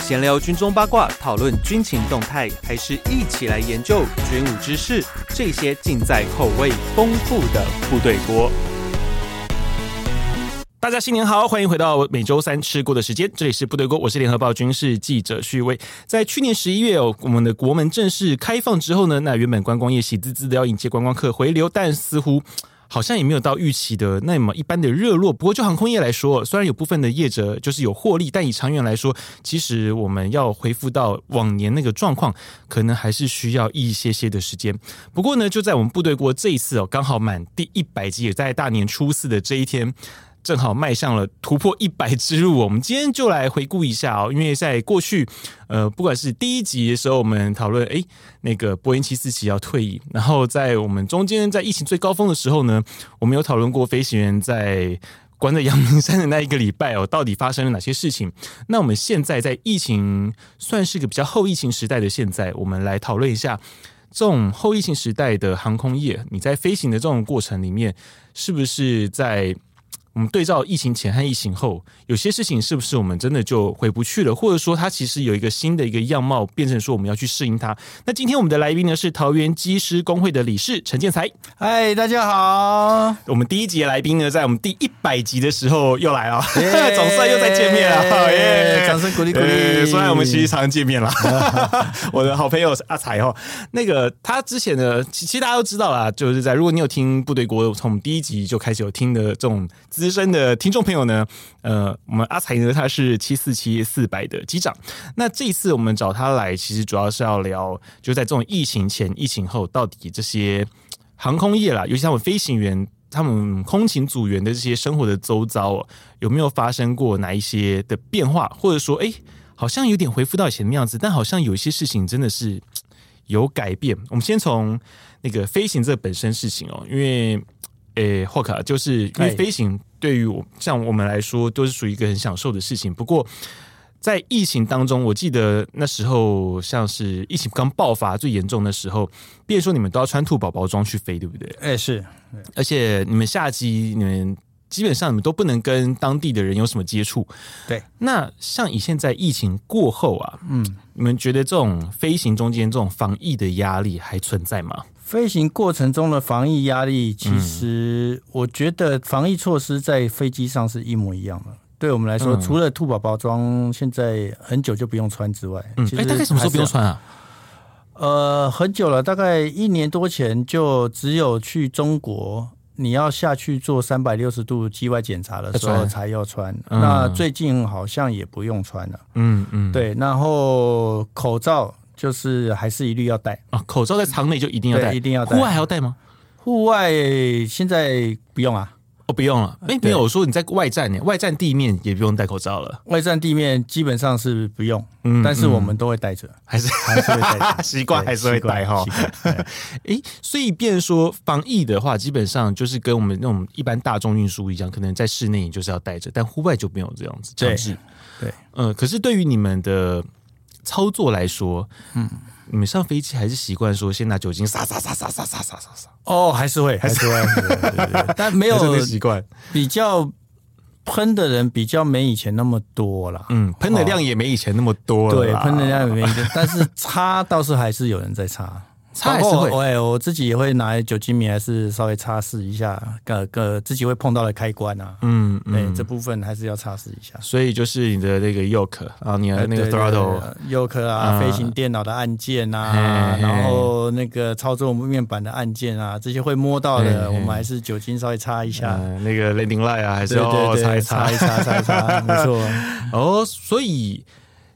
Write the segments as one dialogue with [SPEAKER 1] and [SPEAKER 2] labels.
[SPEAKER 1] 闲聊军中八卦，讨论军情动态，还是一起来研究军武知识？这些尽在口味丰富的部队锅。大家新年好，欢迎回到每周三吃锅的时间，这里是部队锅，我是联合报军事记者徐威。在去年十一月哦，我们的国门正式开放之后呢，那原本观光业喜滋滋的要迎接观光客回流，但似乎。好像也没有到预期的那么一般的热络。不过就航空业来说，虽呃然有部分的业者就是有获利，但以长远来说，其实我们要恢复到往年那个状况，可能还是需要一些些的时间。不过呢，就在我们部队锅这一次哦，刚好满第一百集，也在大年初四的这一天。正好迈向了突破一百之路，我们今天就来回顾一下哦，因为在过去，呃，不管是第一集的时候，我们讨论，诶，那个波音七四七要退役，然后在我们中间，在疫情最高峰的时候呢，我们有讨论过飞行员在关在阳明山的那一个礼拜哦，到底发生了哪些事情？那我们现在在疫情算是个比较后疫情时代的现在，我们来讨论一下。这种后疫情时代的航空业，你在飞行的这种过程里面，是不是在我们对照疫情前和疫情后，有些事情是不是我们真的就回不去了？或者说，它其实有一个新的一个样貌，变成说我们要去适应它。那今天我们的来宾呢是桃园机师工会的理事陈建才。
[SPEAKER 2] 嗨，大家好！
[SPEAKER 1] 我们第一集的来宾呢，在我们第一百集的时候又来了， 总算又再见面了，耶、
[SPEAKER 2] 掌声鼓励鼓
[SPEAKER 1] 呃
[SPEAKER 2] 励。
[SPEAKER 1] 虽然我们其实常常见面啦， 我的好朋友阿才哦，那个他之前的其其实大家都知道啦，就是在如果你有听部队国从我们第一集就开始有听的这种资深的听众朋友呢，呃，我们阿才呢他是七四七四百的机长，那这一次我们找他来，其实主要是要聊，就在这种疫情前、疫情后，到底这些航空业啦，尤其他们飞行员。他们空勤组员的这些生活的周遭哦，有没有发生过哪一些的变化，或者说，哎、好像有点恢复到以前的样子，但好像有一些事情真的是有改变。我们先从那个飞行这本身事情哦，因为诶，霍卡就是因为
[SPEAKER 2] 哎
[SPEAKER 1] 飞行对于我像我们来说都是属于一个很享受的事情，不过。在疫情当中，我记得那时候像是疫情刚爆发最严重的时候，别说你们都要穿兔宝宝装去飞，对不对？
[SPEAKER 2] 哎、是
[SPEAKER 1] 而且你们下机，你们基本上你们都不能跟当地的人有什么接触。
[SPEAKER 2] 对，
[SPEAKER 1] 那像以现在疫情过后啊，嗯，你们觉得这种飞行中间这种防疫的压力还存在吗？
[SPEAKER 2] 飞行过程中的防疫压力，
[SPEAKER 1] 嗯
[SPEAKER 2] 其实我觉得防疫措施在飞机上是一模一样的。对我们来说，
[SPEAKER 1] 嗯
[SPEAKER 2] 除了兔宝宝装现在很久就不用穿之外，
[SPEAKER 1] 嗯，
[SPEAKER 2] 其
[SPEAKER 1] 哎、
[SPEAKER 2] 实
[SPEAKER 1] 大概什么时候不用
[SPEAKER 2] 还是？
[SPEAKER 1] 穿啊？
[SPEAKER 2] 呃，很久了，大概一年多前就只有去中国。你要下去做三百六十度机外检查的时
[SPEAKER 1] 要
[SPEAKER 2] 候
[SPEAKER 1] 穿
[SPEAKER 2] 才要穿，
[SPEAKER 1] 嗯
[SPEAKER 2] 那最近好像也不用穿了。
[SPEAKER 1] 嗯嗯，
[SPEAKER 2] 对，然后口罩就是还是一律要戴，
[SPEAKER 1] 啊，口罩在舱内就一定要戴，
[SPEAKER 2] 对一定要戴
[SPEAKER 1] 户外还要戴吗？
[SPEAKER 2] 户外现在不用啊。
[SPEAKER 1] 哦，不用了。哎、没有，我说你在外站呢，外站地面也不用戴口罩了。
[SPEAKER 2] 外站地面基本上是不用，
[SPEAKER 1] 嗯
[SPEAKER 2] 但是
[SPEAKER 1] 嗯
[SPEAKER 2] 我们都会戴着，
[SPEAKER 1] 还是
[SPEAKER 2] 还是会戴 着，
[SPEAKER 1] 习惯
[SPEAKER 2] 对
[SPEAKER 1] 还是会戴哈。
[SPEAKER 2] 习惯习惯对
[SPEAKER 1] 诶，所以变说防疫的话，基本上就是跟我们那种一般大众运输一样，可能在室内你就是要戴着，但户外就没有这样子 强
[SPEAKER 2] 对
[SPEAKER 1] 制。
[SPEAKER 2] 对，
[SPEAKER 1] 呃，可是对于你们的操作来说，嗯，你们上飞机还是习惯说先拿酒精撒撒撒撒撒撒撒撒撒，
[SPEAKER 2] 哦，还是会，还是会，对 对对对但没有
[SPEAKER 1] 还是这个习惯。
[SPEAKER 2] 比较喷的人比较没以前那么多啦。
[SPEAKER 1] 嗯，喷的量也没以前那么多了
[SPEAKER 2] 对，
[SPEAKER 1] 啦。
[SPEAKER 2] 喷的量也没以前， 但是擦倒是还是有人在擦。
[SPEAKER 1] 擦还是
[SPEAKER 2] 包括我
[SPEAKER 1] 会。
[SPEAKER 2] 哎，我自己也会拿酒精棉，还是稍微擦拭一下，个个自己会碰到的开关啊，
[SPEAKER 1] 嗯
[SPEAKER 2] 对、
[SPEAKER 1] 嗯，
[SPEAKER 2] 这部分还是要擦拭一下。
[SPEAKER 1] 所以就是你的那个 yoke 啊，你的那个
[SPEAKER 2] 呃对对
[SPEAKER 1] throttle，
[SPEAKER 2] 对右壳啊，
[SPEAKER 1] 嗯
[SPEAKER 2] 飞行电脑的按键
[SPEAKER 1] 嘿
[SPEAKER 2] 啊，
[SPEAKER 1] 嘿
[SPEAKER 2] 然后那个操作面板的按键啊，这些会摸到
[SPEAKER 1] 嘿
[SPEAKER 2] 的，
[SPEAKER 1] 嘿
[SPEAKER 2] 我们还是酒精稍微擦一下，
[SPEAKER 1] 呃那个 landing light 啊，还是
[SPEAKER 2] 对对
[SPEAKER 1] 要
[SPEAKER 2] 对，
[SPEAKER 1] 擦一擦
[SPEAKER 2] 擦一擦，擦一擦，没 错。
[SPEAKER 1] 哦，所以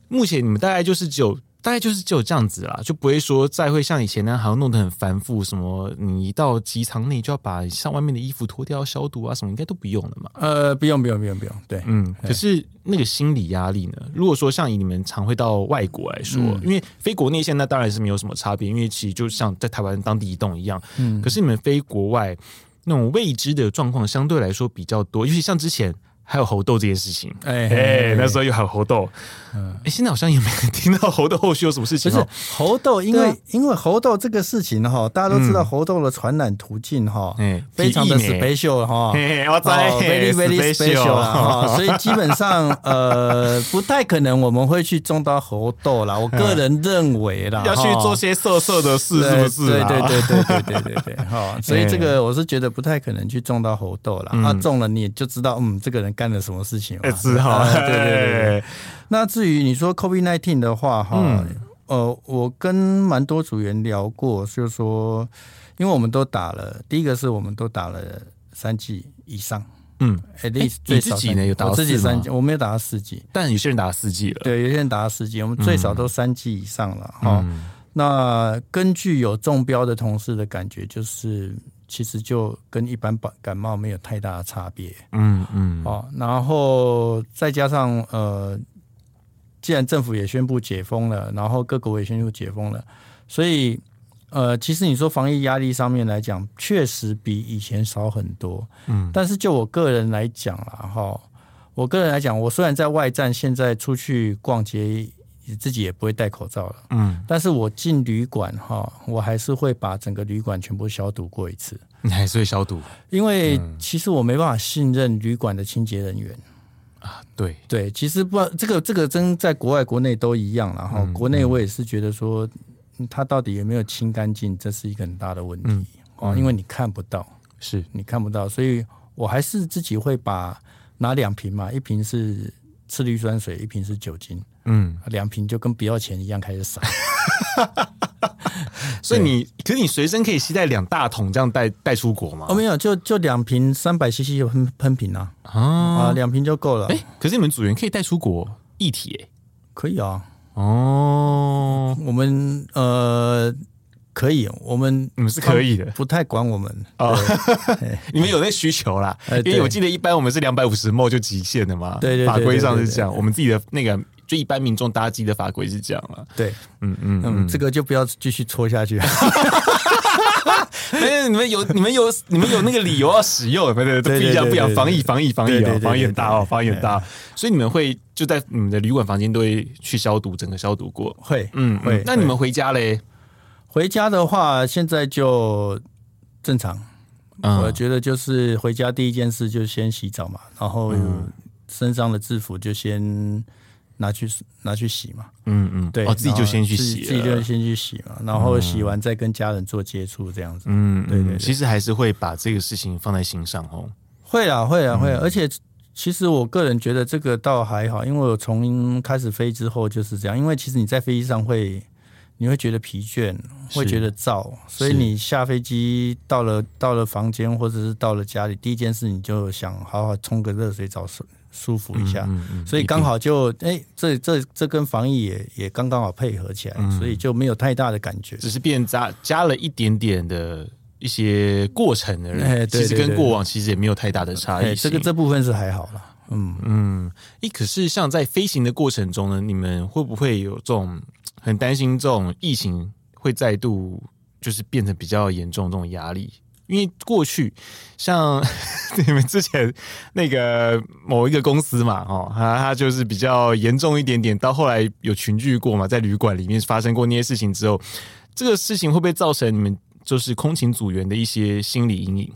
[SPEAKER 1] 目前你们大概就是只有大概就是只有这样子啦，就不会说再会像以前那样还要弄得很繁复，什么你一到机舱内就要把上外面的衣服脱掉消毒啊，什么应该都不用了嘛。
[SPEAKER 2] 呃，不用不用不用不用，对，
[SPEAKER 1] 嗯，可是那个心理压力呢？如果说像以你们常会到外国来说，因为飞国内线那当然是没有什么差别，因为其实就像在台湾当地移动一样。嗯，可是你们飞国外那种未知的状况相对来说比较多，尤其像之前。还有猴痘这件事情。
[SPEAKER 2] 哎
[SPEAKER 1] 哎，那时候又还有猴痘，哎，现在好像也没听到猴痘后续有什么事
[SPEAKER 2] 不
[SPEAKER 1] 情
[SPEAKER 2] 是
[SPEAKER 1] 哦。
[SPEAKER 2] 猴痘，因
[SPEAKER 1] 对
[SPEAKER 2] 为
[SPEAKER 1] 啊
[SPEAKER 2] 因为猴痘这个事情哈，大家都知道猴痘的传染途径哈
[SPEAKER 1] 嗯，
[SPEAKER 2] 非常的
[SPEAKER 1] 体液呢
[SPEAKER 2] special 哈。
[SPEAKER 1] 嘿我知
[SPEAKER 2] 哦，very very
[SPEAKER 1] special
[SPEAKER 2] special 啦，哈所以基本上呃不太可能我们会去种到猴痘啦，我个人认为啦，
[SPEAKER 1] 要去
[SPEAKER 2] 哈
[SPEAKER 1] 做些色色的事，是
[SPEAKER 2] 对
[SPEAKER 1] 不是啊？
[SPEAKER 2] 对对对对对对对对，哈，所以这个我是觉得不太可能去中到猴痘啦。啊，中了你也就知道，嗯，这个人干了什么事情
[SPEAKER 1] 哎
[SPEAKER 2] 嘛。
[SPEAKER 1] 是哈
[SPEAKER 2] 啊，对对对对。
[SPEAKER 1] 哎
[SPEAKER 2] 那至于你说 COVID nineteen 的话，哈、
[SPEAKER 1] 嗯
[SPEAKER 2] 呃，我跟蛮多组员聊过，就是说，因为我们都打了，第一个是我们都打了三剂以上
[SPEAKER 1] 嗯，
[SPEAKER 2] ，at least
[SPEAKER 1] 你
[SPEAKER 2] 最少
[SPEAKER 1] 自己
[SPEAKER 2] 三
[SPEAKER 1] 呢有
[SPEAKER 2] 剂
[SPEAKER 1] 打到
[SPEAKER 2] 我自己
[SPEAKER 1] 四吗
[SPEAKER 2] 三剂，我没有打到四剂。
[SPEAKER 1] 但有些人打了四剂了，哦
[SPEAKER 2] 对，有些人打了十剂，我们最少都三剂以上了哈、
[SPEAKER 1] 嗯
[SPEAKER 2] 那根据有中标的同事的感觉，就是其实就跟一般感感冒没有太大的差别
[SPEAKER 1] 嗯嗯，
[SPEAKER 2] 哦。然后再加上呃，既然政府也宣布解封了，然后各国也宣布解封了，所以呃，其实你说防疫压力上面来讲，确实比以前少很多。嗯，但是就我个人来讲啦，哈，我个人来讲，我虽然在外站，现在出去逛街，自己也不会戴口罩了。
[SPEAKER 1] 嗯，
[SPEAKER 2] 但是我进旅馆哈，我还是会把整个旅馆全部消毒过一次，
[SPEAKER 1] 你还是会消毒
[SPEAKER 2] 因为
[SPEAKER 1] 嗯
[SPEAKER 2] 其实我没办法信任旅馆的清洁人员。
[SPEAKER 1] 啊？对，
[SPEAKER 2] 对，其实不知道这个这个真在国外国内都一样了哈。国内我也是觉得说，嗯它到底有没有清干净，这是一个很大的问题哦，因为你看不到，
[SPEAKER 1] 是，
[SPEAKER 2] 你看不到，所以我还是自己会把拿两瓶嘛，一瓶是次氯酸水，一瓶是酒精，
[SPEAKER 1] 嗯，
[SPEAKER 2] 两瓶就跟不要钱一样开始撒。
[SPEAKER 1] 所以你，可是你随身可以携带两大桶这样带带出国吗
[SPEAKER 2] 哦，？没有，就就两瓶三百 CC 的喷喷瓶啊，
[SPEAKER 1] 啊，
[SPEAKER 2] 啊，两瓶就够了，
[SPEAKER 1] 哎，可是你们组员可以带出国一体哎，
[SPEAKER 2] 可以啊。
[SPEAKER 1] 哦，
[SPEAKER 2] 我们呃可以，我们
[SPEAKER 1] 你们是可以的，
[SPEAKER 2] 不太管我们，
[SPEAKER 1] 哦， 你们有那需求啦，
[SPEAKER 2] 哎
[SPEAKER 1] 因为
[SPEAKER 2] 对
[SPEAKER 1] 我记得一般我们是两百五十 ml 就极限的嘛，
[SPEAKER 2] 对对对
[SPEAKER 1] 法规上
[SPEAKER 2] 对
[SPEAKER 1] 是
[SPEAKER 2] 对
[SPEAKER 1] 这样，我们自己的那个就一般民众搭机的法规是这样了，
[SPEAKER 2] 对，
[SPEAKER 1] 嗯嗯，
[SPEAKER 2] 嗯，这个就不要继续戳下 去。
[SPEAKER 1] 没有你们有你们有你们有那个理由要使用，对对对，
[SPEAKER 2] 对
[SPEAKER 1] 不
[SPEAKER 2] 对
[SPEAKER 1] 一样
[SPEAKER 2] 对
[SPEAKER 1] 不一样，
[SPEAKER 2] 对对
[SPEAKER 1] 防疫防疫防疫
[SPEAKER 2] 对对
[SPEAKER 1] 哦，
[SPEAKER 2] 对
[SPEAKER 1] 防疫
[SPEAKER 2] 对
[SPEAKER 1] 很大哦，防疫很大哦，所以你们会就在你们的旅馆房间都会去消毒，整个消毒过，
[SPEAKER 2] 会，
[SPEAKER 1] 嗯，嗯
[SPEAKER 2] 会。
[SPEAKER 1] 那你们回家嘞？
[SPEAKER 2] 回家的话，现在就正常。我
[SPEAKER 1] 嗯，
[SPEAKER 2] 觉得就是回家第一件事就先洗澡嘛，然后
[SPEAKER 1] 嗯
[SPEAKER 2] 身上的制服就先拿去拿去洗嘛。
[SPEAKER 1] 嗯嗯，
[SPEAKER 2] 对，
[SPEAKER 1] 哦，自己就先去洗
[SPEAKER 2] 然后自己自己就
[SPEAKER 1] 了。
[SPEAKER 2] 先去洗嘛，然后洗完再跟家人做接触这样子。
[SPEAKER 1] 嗯，
[SPEAKER 2] 对对
[SPEAKER 1] 嗯
[SPEAKER 2] 对
[SPEAKER 1] 其实还是会把这个事情放在心上哦。
[SPEAKER 2] 会啦，会
[SPEAKER 1] 嗯
[SPEAKER 2] 啦，会啦。而且其实我个人觉得这个倒还好，因为我从开始飞之后就是这样。因为其实你在飞机上会，你会觉得疲倦，会觉得燥，所以你下飞机到了到了房间或者是到了家里，第一件事你就想好好冲个热水澡舒舒服一下。
[SPEAKER 1] 嗯嗯，
[SPEAKER 2] 所以刚好就哎、这这这跟防疫也也刚刚好配合起来，所以就没有太大的感觉。
[SPEAKER 1] 只嗯是变加加了一点点的一些过程而
[SPEAKER 2] 哎
[SPEAKER 1] 已，
[SPEAKER 2] 对
[SPEAKER 1] 其实
[SPEAKER 2] 对
[SPEAKER 1] 跟
[SPEAKER 2] 对
[SPEAKER 1] 过往其实也没有太大的差
[SPEAKER 2] 哎，
[SPEAKER 1] 异
[SPEAKER 2] 这
[SPEAKER 1] 性。
[SPEAKER 2] 个这部分是还好啦。嗯，
[SPEAKER 1] 嗯，诶，可是像在飞行的过程中呢，你们会不会有这种很担心这种疫情会再度就是变成比较严重的这种压力？因为过去像 你们之前那个某一个公司嘛，哦，它它就是比较严重一点点，到后来有群聚过嘛，在旅馆里面发生过那些事情之后，这个事情会不会造成你们就是空勤组员的一些心理阴影？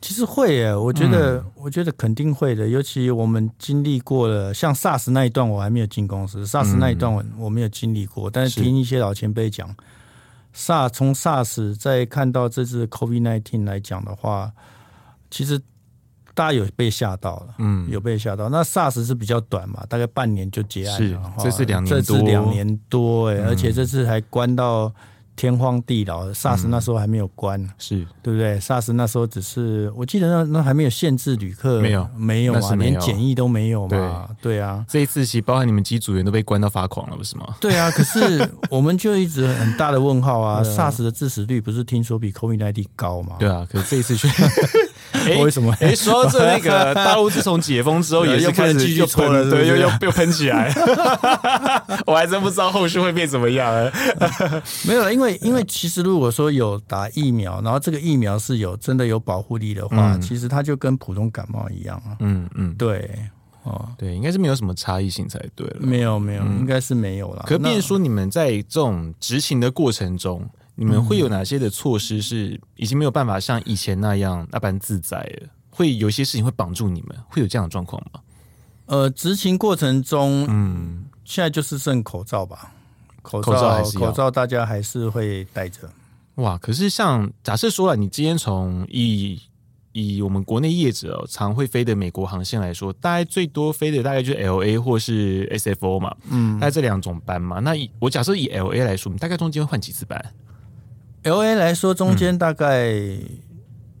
[SPEAKER 2] 其实会耶，我觉得，
[SPEAKER 1] 嗯
[SPEAKER 2] 我觉得肯定会的。尤其我们经历过了，像 SARS 那一段，我还没有进公司、s a r s 那一段我我没有经历过，但
[SPEAKER 1] 嗯是
[SPEAKER 2] 是听一些老前辈讲，SARS 从 SARS 再看到这次 COVID-19 来讲的话，其实大家有被吓到了，嗯，有被吓到。那 SARS 是比较短嘛，大概半年就结案
[SPEAKER 1] 是
[SPEAKER 2] 了，哈
[SPEAKER 1] 这次两年
[SPEAKER 2] 这次
[SPEAKER 1] 多嗯
[SPEAKER 2] 两年多，哎、而且这次还关到天荒地老，SARS
[SPEAKER 1] 嗯
[SPEAKER 2] 那时候还没有关。
[SPEAKER 1] 是
[SPEAKER 2] 对不对？SARS 那时候只是，我记得那那还没有限制旅客，
[SPEAKER 1] 没有
[SPEAKER 2] 没有
[SPEAKER 1] 那
[SPEAKER 2] 嘛，
[SPEAKER 1] 是没有
[SPEAKER 2] 连检疫都没有嘛，对啊，
[SPEAKER 1] 这一次，其实包含你们机组员都被关到发狂了，不是吗？
[SPEAKER 2] 对啊。可是我们就一直很大的问号啊，SARS 的致死率不是听说比 COVID-19 高吗？
[SPEAKER 1] 对啊，可是这一次却 哎
[SPEAKER 2] 为什么
[SPEAKER 1] 哎，说到这那 个大陆，自从解封之后也是
[SPEAKER 2] 又
[SPEAKER 1] 开 始
[SPEAKER 2] 开始
[SPEAKER 1] 继续
[SPEAKER 2] 又喷
[SPEAKER 1] 喷
[SPEAKER 2] 了是不
[SPEAKER 1] 对，
[SPEAKER 2] 是
[SPEAKER 1] 又又又喷起 来。我还真不知道后续会变怎么样啊。
[SPEAKER 2] 没有了，因为因为其实如果说有打疫苗，然后这个疫苗是有真的有保护力的话，其实它就跟普通感冒一样啊。
[SPEAKER 1] 嗯嗯，
[SPEAKER 2] 对，哦，
[SPEAKER 1] 对，应该是没有什么差异性才对了。
[SPEAKER 2] 没有没有，应该是没有啦。
[SPEAKER 1] 嗯可变
[SPEAKER 2] 那
[SPEAKER 1] 成说，你们在这种执行的过程中，你们会有哪些的措施是已经没有办法像以前那样那般自在了？会有一些事情会绑住你们，会有这样的状况吗？
[SPEAKER 2] 呃，执行过程中，
[SPEAKER 1] 嗯，
[SPEAKER 2] 现在就是剩口罩吧，口
[SPEAKER 1] 口罩还是要
[SPEAKER 2] 口罩大家还是会戴着。
[SPEAKER 1] 哇！可是像假设说了，你今天从以以我们国内业者、哦、常会飞的美国航线来说，大概最多飞的大概就是 L A 或是 S F O 嘛，嗯，大概这两种班嘛。那以我假设以 L A 来说，你大概中间会换几次班？
[SPEAKER 2] L A 来说，中
[SPEAKER 1] 嗯
[SPEAKER 2] 间大概、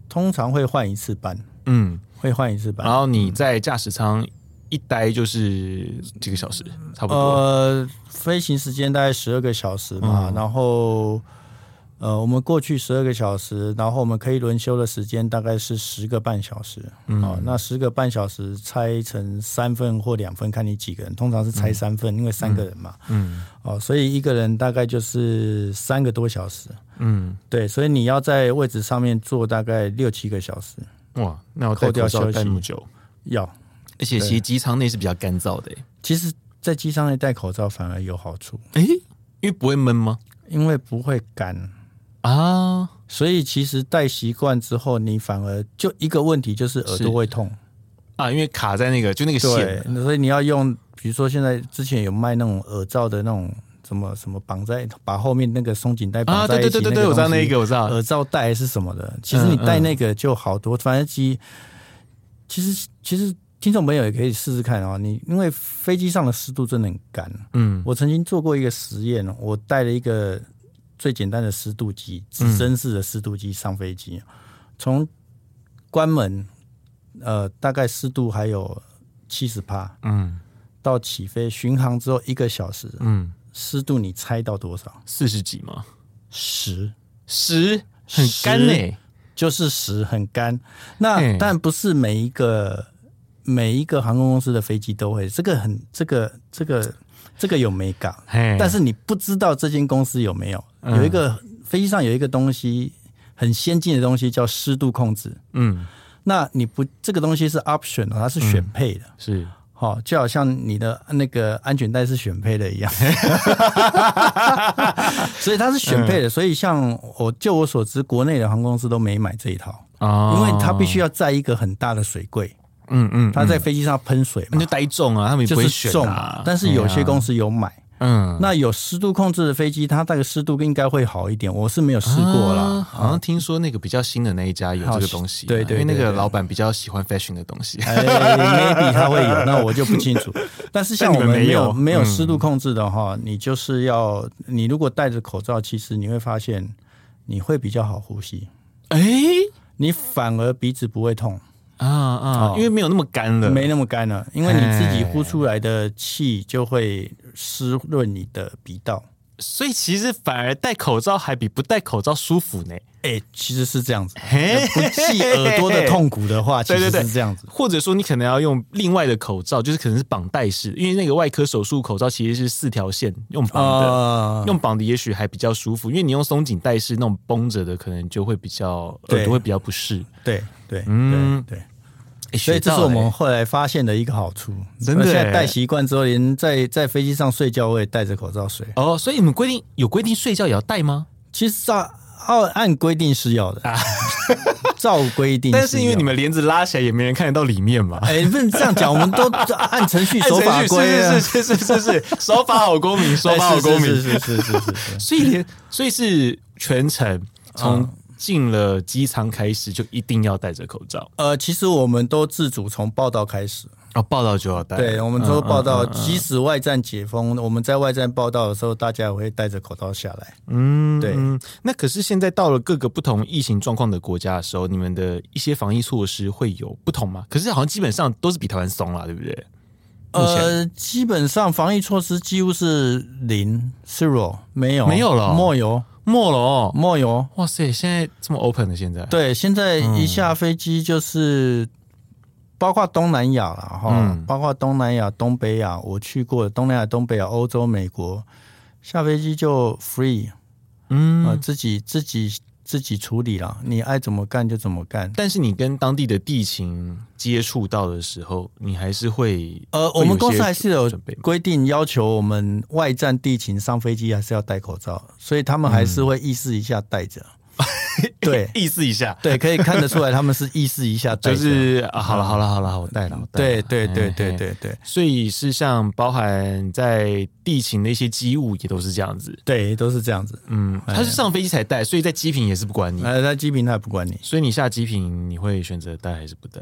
[SPEAKER 2] 通常会换一次班，
[SPEAKER 1] 嗯，
[SPEAKER 2] 会换一次班
[SPEAKER 1] 然。后你在驾驶舱一待就是几个小时，差不多。
[SPEAKER 2] 呃，飞行时间大概十二个小时嘛，
[SPEAKER 1] 嗯
[SPEAKER 2] 然后呃，我们过去十二个小时，然后我们可以轮休的时间大概是十个半小时。嗯，哦，那十个半小时拆成三份或两份，看你几个人，通常是拆三份，因为三个人嘛。
[SPEAKER 1] 嗯
[SPEAKER 2] 哦，所以一个人大概就是三个多小时。
[SPEAKER 1] 嗯，
[SPEAKER 2] 对，所以你要在位置上面坐大概六七个小时，
[SPEAKER 1] 哇，那我戴
[SPEAKER 2] 扣掉
[SPEAKER 1] 口罩
[SPEAKER 2] 休息
[SPEAKER 1] 戴那么久，
[SPEAKER 2] 要。
[SPEAKER 1] 而且其实机舱内是比较干燥的、欸，
[SPEAKER 2] 其实，在机上面戴口罩反而有好处，
[SPEAKER 1] 哎、因为不会闷吗？
[SPEAKER 2] 因为不会干。
[SPEAKER 1] 啊，
[SPEAKER 2] 所以其实戴习惯之后，你反而就一个问题就是耳朵会痛，
[SPEAKER 1] 啊，因为卡在那个就那个
[SPEAKER 2] 对
[SPEAKER 1] 线，，
[SPEAKER 2] 所以你要用，比如说现在之前有卖那种耳罩的那种什么什么绑在把后面那个松紧带
[SPEAKER 1] 啊，
[SPEAKER 2] 绑在
[SPEAKER 1] 对
[SPEAKER 2] 一
[SPEAKER 1] 对
[SPEAKER 2] 起，
[SPEAKER 1] 对对对，我知道那一个，呃嗯我知道，
[SPEAKER 2] 耳罩带还是什么的，其实你戴那个就好多，反正其其实其实听众朋友也可以试试看哦，你因为飞机上的湿度真的很干，
[SPEAKER 1] 嗯
[SPEAKER 2] 我曾经做过一个实验，我带了一个最简单的湿度计，指针式的湿度计上飞机，从、关门，呃，大概湿度还有七十帕，
[SPEAKER 1] 嗯
[SPEAKER 2] 到起飞巡航之后一个小时，
[SPEAKER 1] 嗯，
[SPEAKER 2] 湿度你猜到多少？
[SPEAKER 1] 四十几嘛，
[SPEAKER 2] 十，
[SPEAKER 1] 十很干呢、
[SPEAKER 2] 就是十，很干。那
[SPEAKER 1] 嗯
[SPEAKER 2] 但不是每一个每一个航空公司的飞机都会，这个很这个这个这个有美感。
[SPEAKER 1] 嘿，
[SPEAKER 2] 但是你不知道这间公司有没有
[SPEAKER 1] 嗯
[SPEAKER 2] 有一个飞机上有一个东西很先进的东西叫湿度控制。
[SPEAKER 1] 嗯
[SPEAKER 2] 那你不这个东西是 option，的它是选配的。
[SPEAKER 1] 是
[SPEAKER 2] 好、就好像你的呃那个安全带是选配的 一样，所以它是选
[SPEAKER 1] 嗯
[SPEAKER 2] 配的。所以像我就我所知，国内的航空公司都没买这一套，
[SPEAKER 1] 啊，
[SPEAKER 2] 因为它必须要在一个很大的水柜，
[SPEAKER 1] 嗯嗯，
[SPEAKER 2] 它在飞机上喷水
[SPEAKER 1] 那
[SPEAKER 2] 嘛
[SPEAKER 1] 就，呆中啊，他们也不
[SPEAKER 2] 就
[SPEAKER 1] 会
[SPEAKER 2] 是
[SPEAKER 1] 选
[SPEAKER 2] 重
[SPEAKER 1] 啊，。
[SPEAKER 2] 但是有些公
[SPEAKER 1] 司
[SPEAKER 2] 司有买，
[SPEAKER 1] 嗯
[SPEAKER 2] 那有湿度控制的飞机，它那个湿度应该会好一点。我是没有试过啦。
[SPEAKER 1] 啊好像听说那个比较新的那一家有这个东西啊，
[SPEAKER 2] 好对对
[SPEAKER 1] 因为那
[SPEAKER 2] 对
[SPEAKER 1] 个
[SPEAKER 2] 对
[SPEAKER 1] 老板比较喜欢 fashion 的东西。
[SPEAKER 2] 哎，maybe 它会有，那我就不清 楚。但是像我
[SPEAKER 1] 但你
[SPEAKER 2] 们
[SPEAKER 1] 们没
[SPEAKER 2] 没
[SPEAKER 1] 有
[SPEAKER 2] 有没
[SPEAKER 1] 嗯
[SPEAKER 2] 有湿度控制的话，你就是要你如果戴着口罩，其实你会发现你会比较好呼吸，
[SPEAKER 1] 哎、
[SPEAKER 2] 你反而鼻子不会痛，
[SPEAKER 1] 啊啊，
[SPEAKER 2] 哦
[SPEAKER 1] 因为没有那么干了，
[SPEAKER 2] 没那么干了，因为你自己呼出来的气就会湿润你的鼻道。
[SPEAKER 1] 所以其实反而戴口罩还比不戴口罩舒服呢。呃
[SPEAKER 2] 哎，其实是 这样子，
[SPEAKER 1] 嘿
[SPEAKER 2] 不计耳朵的痛苦的话，其
[SPEAKER 1] 对对
[SPEAKER 2] 实
[SPEAKER 1] 对
[SPEAKER 2] 是这样子。
[SPEAKER 1] 或者说，你可能要用另外的口罩，就是可能是绑带式，因为那个外科手术口罩其实是四条线用绑的，
[SPEAKER 2] 啊
[SPEAKER 1] 用绑的也许还比较舒服，因为你用松紧带式那种绷着的，可能就会比较
[SPEAKER 2] 对
[SPEAKER 1] 耳朵会比较不适。
[SPEAKER 2] 对对
[SPEAKER 1] 嗯
[SPEAKER 2] 对
[SPEAKER 1] 诶
[SPEAKER 2] 对，所以这是我
[SPEAKER 1] 学到
[SPEAKER 2] 们
[SPEAKER 1] 了
[SPEAKER 2] 后来发现的一个好处。
[SPEAKER 1] 真的
[SPEAKER 2] 我现
[SPEAKER 1] 欸
[SPEAKER 2] 在戴习惯之后，连在在飞机上睡觉我也戴着口罩睡。
[SPEAKER 1] 诶哦，所以你们规定有规定睡觉也要戴吗？
[SPEAKER 2] 其实照按按规定是要的， 照规定
[SPEAKER 1] 啊但是因为你
[SPEAKER 2] 们。
[SPEAKER 1] 们帘子拉起来也没人看得到里面嘛。
[SPEAKER 2] 哎，不能这样讲，我们都 按程序守法规啊
[SPEAKER 1] 是。是是是是是，守法好公民，守
[SPEAKER 2] 哎
[SPEAKER 1] 法好公民。
[SPEAKER 2] 是是是是是是是。
[SPEAKER 1] 所以连所以是全程从进了机舱开始就一定要戴着口罩，
[SPEAKER 2] 呃，其实我们都自主从报道开始，
[SPEAKER 1] 然后哦报道就要戴。
[SPEAKER 2] 对，我们都报
[SPEAKER 1] 嗯
[SPEAKER 2] 道，即使外站解封，我们在外站报道的时候，大家也会戴着口罩下来。
[SPEAKER 1] 嗯，
[SPEAKER 2] 对
[SPEAKER 1] 嗯。那可是现在到了各个不同疫情状况的国家的时候，你们的一些防疫措施会有不同吗？可是好像基本上都是比台湾松啦，对不对？目前
[SPEAKER 2] 呃，基本上防疫措施几乎是零 zero 没有
[SPEAKER 1] 没有了
[SPEAKER 2] 没有。
[SPEAKER 1] 没了哦，
[SPEAKER 2] 没有，
[SPEAKER 1] 哇塞，现在这么 open 的，现在
[SPEAKER 2] 对，现在一下飞机就是包括东南亚了哈，
[SPEAKER 1] 嗯
[SPEAKER 2] 包括东南亚、东北亚，我去过的东南亚、东北亚、欧洲、美国，下飞机就 free，
[SPEAKER 1] 嗯，
[SPEAKER 2] 呃，自己自己自己处理啦，你爱怎么干就怎么干。
[SPEAKER 1] 但是你跟当地的地勤接触到的时候，你还是会
[SPEAKER 2] 呃，
[SPEAKER 1] 会有
[SPEAKER 2] 我们公
[SPEAKER 1] 一
[SPEAKER 2] 司
[SPEAKER 1] 些
[SPEAKER 2] 还是有
[SPEAKER 1] 准备吗
[SPEAKER 2] 规定要求我们外站地勤上飞机还是要戴口罩，所以他们还
[SPEAKER 1] 嗯
[SPEAKER 2] 是会意识一下 戴着。对
[SPEAKER 1] 意思一下，
[SPEAKER 2] 对，可以看得出来他们是意识一下戴
[SPEAKER 1] 就
[SPEAKER 2] 着。
[SPEAKER 1] 是啊，好了好了好了，我带了，我带
[SPEAKER 2] 对
[SPEAKER 1] 了
[SPEAKER 2] 对对
[SPEAKER 1] 嘿
[SPEAKER 2] 对
[SPEAKER 1] 嘿
[SPEAKER 2] 对对
[SPEAKER 1] 所以是像包含在地勤的一些机务也都是这样子，
[SPEAKER 2] 对，都是这样子。
[SPEAKER 1] 嗯，它是
[SPEAKER 2] 哎
[SPEAKER 1] 上飞机才带，所以在机坪也是不管你，
[SPEAKER 2] 呃，那机坪他也不管你。
[SPEAKER 1] 所以你下机坪你会选择带还是不带？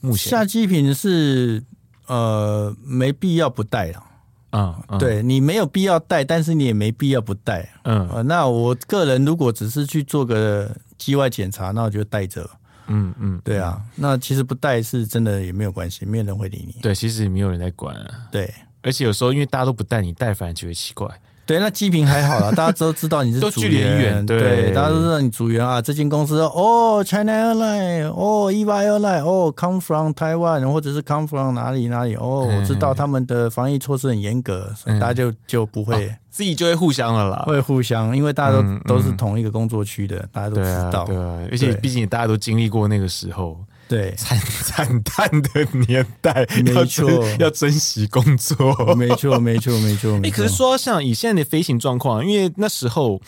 [SPEAKER 1] 目前
[SPEAKER 2] 下机坪是呃没必要不带了，
[SPEAKER 1] 啊，嗯，
[SPEAKER 2] 对你没有必要带，但是你也没必要不带。
[SPEAKER 1] 嗯
[SPEAKER 2] 呃，那我个人如果只是去做个机外检查，那我就带着。
[SPEAKER 1] 嗯嗯，
[SPEAKER 2] 对啊，那其实不带是真的也没有关系，没有人会理你。
[SPEAKER 1] 对，其实没有人在管啊，
[SPEAKER 2] 对
[SPEAKER 1] 而且有时候因为大家都不带，你带反而觉得奇怪，
[SPEAKER 2] 对，那机坪还好 啦，大家都知道你是
[SPEAKER 1] 都
[SPEAKER 2] 组
[SPEAKER 1] 距离很远
[SPEAKER 2] 对，
[SPEAKER 1] 对
[SPEAKER 2] 大家都知道你组员啊。这间公司哦，China Airline，哦，EVA Airline，哦，Come from Taiwan，或者是 Come from 哪里哪里，哦，
[SPEAKER 1] 嗯
[SPEAKER 2] 我知道他们的防疫措施很严格，所以大家就就不会
[SPEAKER 1] 自己就会互相了啦，
[SPEAKER 2] 会互相，因为大家都
[SPEAKER 1] 啊嗯
[SPEAKER 2] 都是同一个工作区的，大家都
[SPEAKER 1] 对
[SPEAKER 2] 知
[SPEAKER 1] 啊
[SPEAKER 2] 道
[SPEAKER 1] 对。啊，而且
[SPEAKER 2] 对
[SPEAKER 1] 毕竟大家都经历过那个时候。
[SPEAKER 2] 对，
[SPEAKER 1] 惨惨淡的年代，
[SPEAKER 2] 没
[SPEAKER 1] 要
[SPEAKER 2] 错
[SPEAKER 1] 珍要珍惜工作。
[SPEAKER 2] 没错，没错，没错，
[SPEAKER 1] 哎、
[SPEAKER 2] 没
[SPEAKER 1] 可是
[SPEAKER 2] 错。
[SPEAKER 1] 说到像以现在的飞行状况，因为那时候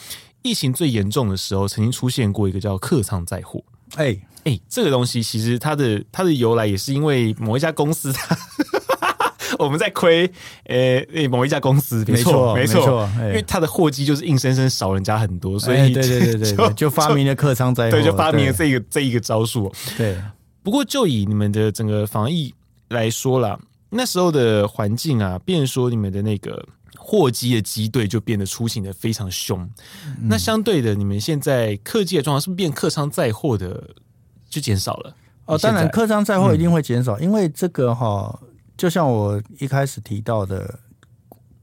[SPEAKER 1] 疫情最严重的时候，曾经出现过一个叫客舱载货。
[SPEAKER 2] 哎，
[SPEAKER 1] 哎、这个东西其实它的它的由来也是因为某一家公司它。 我们在亏，呃、诶某一家公司，没
[SPEAKER 2] 没错
[SPEAKER 1] 没
[SPEAKER 2] 没错哎
[SPEAKER 1] 因为它的货基就是硬生生少人家很多，所以、
[SPEAKER 2] 哎对对 对对对，就发明了客舱灾祸，
[SPEAKER 1] 对就发明了这个这一个招数。
[SPEAKER 2] 对。对
[SPEAKER 1] 不过，就以你们的整个防疫来说啦，那时候的环境啊，变说你们的那个货机的机队就变得出行的非常凶。
[SPEAKER 2] 嗯
[SPEAKER 1] 那相对的，你们现在客机的状况是不是变客舱载货的就减少了？
[SPEAKER 2] 哦，当然，
[SPEAKER 1] 现在嗯
[SPEAKER 2] 客舱载货一定会减少，因为这个哈，就像我一开始提到的，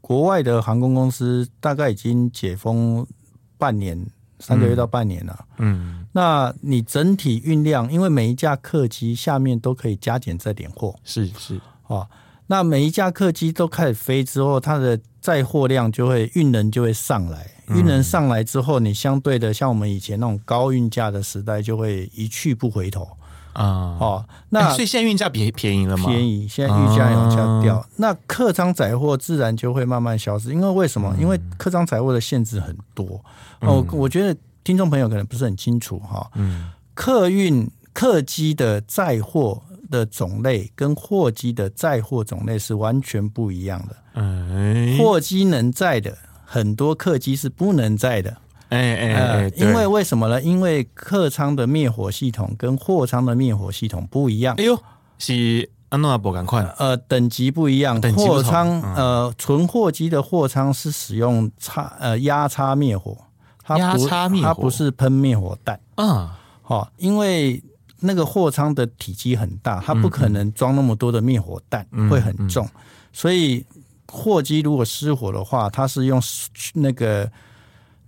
[SPEAKER 2] 国外的航空公司大概已经解封半年，三个月到半年了。
[SPEAKER 1] 嗯，
[SPEAKER 2] 那你整体运量，因为每一架客机下面都可以加减这点货
[SPEAKER 1] 是是，
[SPEAKER 2] 哦，那每一架客机都开始飞之后，它的载货量就会运能就会上来，
[SPEAKER 1] 嗯
[SPEAKER 2] 运能上来之后，你相对的像我们以前那种高运价的时代，就会一去不回头。
[SPEAKER 1] 啊、
[SPEAKER 2] 哦，那
[SPEAKER 1] 哎所以现在运价便便宜了吗？
[SPEAKER 2] 便宜，现在预价有下
[SPEAKER 1] 啊
[SPEAKER 2] 调，那客舱载货自然就会慢慢消失。因为为什么？
[SPEAKER 1] 嗯
[SPEAKER 2] 因为客舱载货的限制很多。哦，我我觉得听众朋友可能不是很清楚哈。
[SPEAKER 1] 嗯，
[SPEAKER 2] 客运客机的载货的种类跟货机的载货种类是完全不一样的。
[SPEAKER 1] 哎
[SPEAKER 2] 货机能载的很多，客机是不能载的。
[SPEAKER 1] 哎哎
[SPEAKER 2] 呃
[SPEAKER 1] 哎，，对
[SPEAKER 2] 因为为什么呢？因为客舱的灭火系统跟货舱的灭火系统不一样
[SPEAKER 1] 哎。呦是安诺阿伯赶快
[SPEAKER 2] 呃，等级不一样，
[SPEAKER 1] 等级不同嗯
[SPEAKER 2] 货舱、呃，纯货机的货舱是使用插呃压插灭火，它不
[SPEAKER 1] 压插灭火
[SPEAKER 2] 它不是喷灭火弹，
[SPEAKER 1] 啊，
[SPEAKER 2] 哦，因为那个货舱的体积很大，它不可能装那么多的灭火弹，
[SPEAKER 1] 嗯
[SPEAKER 2] 会很重，所以货机如果失火的话，它是用那个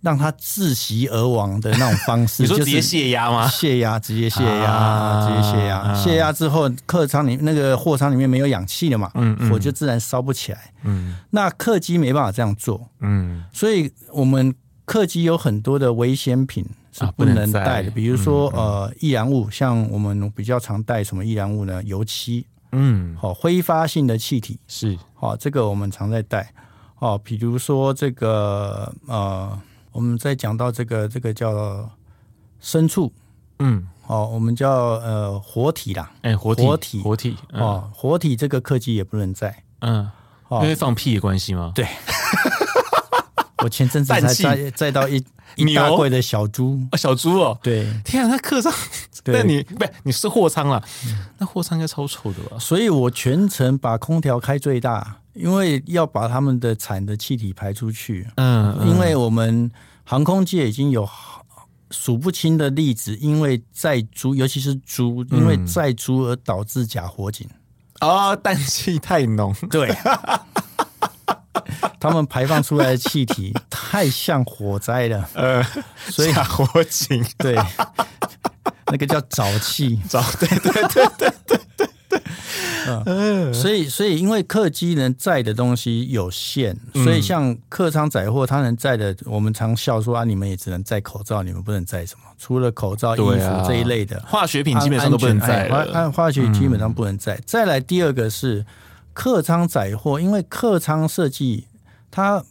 [SPEAKER 2] 让它窒息而亡的那种方 式，
[SPEAKER 1] 你说
[SPEAKER 2] 就
[SPEAKER 1] 直
[SPEAKER 2] 是
[SPEAKER 1] 接泄压吗？
[SPEAKER 2] 泄压，直接泄压，
[SPEAKER 1] 啊
[SPEAKER 2] 直接泄压。
[SPEAKER 1] 啊
[SPEAKER 2] 泄压之后，客舱里那个货舱里面没有氧气了嘛，
[SPEAKER 1] 嗯嗯
[SPEAKER 2] 火就自然烧不起来。
[SPEAKER 1] 嗯
[SPEAKER 2] 那客机没办法这样做，
[SPEAKER 1] 嗯
[SPEAKER 2] 所以我们客机有很多的危险品是
[SPEAKER 1] 啊
[SPEAKER 2] 不
[SPEAKER 1] 不能嗯
[SPEAKER 2] 能
[SPEAKER 1] 带
[SPEAKER 2] 带的，比如说、呃易燃物，像我们比较常带什么易燃物呢？油漆，
[SPEAKER 1] 嗯，
[SPEAKER 2] 好、挥发性的气体，
[SPEAKER 1] 是
[SPEAKER 2] 好、这个我们常在带。哦，比如说这个呃，我们在讲到这个这个叫牲畜，
[SPEAKER 1] 嗯。
[SPEAKER 2] 哦，我们叫呃活体啦，
[SPEAKER 1] 哎、活体
[SPEAKER 2] 活体
[SPEAKER 1] 活体，嗯、
[SPEAKER 2] 哦，活体这个客机也不能在。
[SPEAKER 1] 嗯，因
[SPEAKER 2] 哦
[SPEAKER 1] 为放屁的关系吗？
[SPEAKER 2] 对， 我前阵子才
[SPEAKER 1] 氮气
[SPEAKER 2] 载载到一一大
[SPEAKER 1] 牛
[SPEAKER 2] 柜的小猪，
[SPEAKER 1] 啊，小猪哦，
[SPEAKER 2] 对，
[SPEAKER 1] 天啊，那客舱，
[SPEAKER 2] 对嗯
[SPEAKER 1] 那你不你是货舱啦，那货舱应该超臭的吧？
[SPEAKER 2] 所以我全程把空调开最大，因为要把他们的产的气体排出去，
[SPEAKER 1] 嗯，嗯
[SPEAKER 2] 因为我们航空界已经有好数不清的例子，因为载猪，尤其是猪，因
[SPEAKER 1] 嗯
[SPEAKER 2] 为载猪而导致假火警。
[SPEAKER 1] 啊，氮 气太浓，
[SPEAKER 2] 对，他们排放出来的气体太像火灾了，
[SPEAKER 1] 呃，
[SPEAKER 2] 所以
[SPEAKER 1] 假火 警，
[SPEAKER 2] 对，那个叫沼气。
[SPEAKER 1] 找对对
[SPEAKER 2] 所以，所以因为客机能载的东西有限，所以像客舱载货，它能载的，我们常笑说啊，你们也只能载口罩，你们不能载什么，除了口罩、衣
[SPEAKER 1] 对啊
[SPEAKER 2] 服这一类的，
[SPEAKER 1] 化学品基本上都不能载
[SPEAKER 2] 安全哎化
[SPEAKER 1] 了，嗯
[SPEAKER 2] 按化学基本上不能载。再来第二个是客舱载货，因为客舱设计它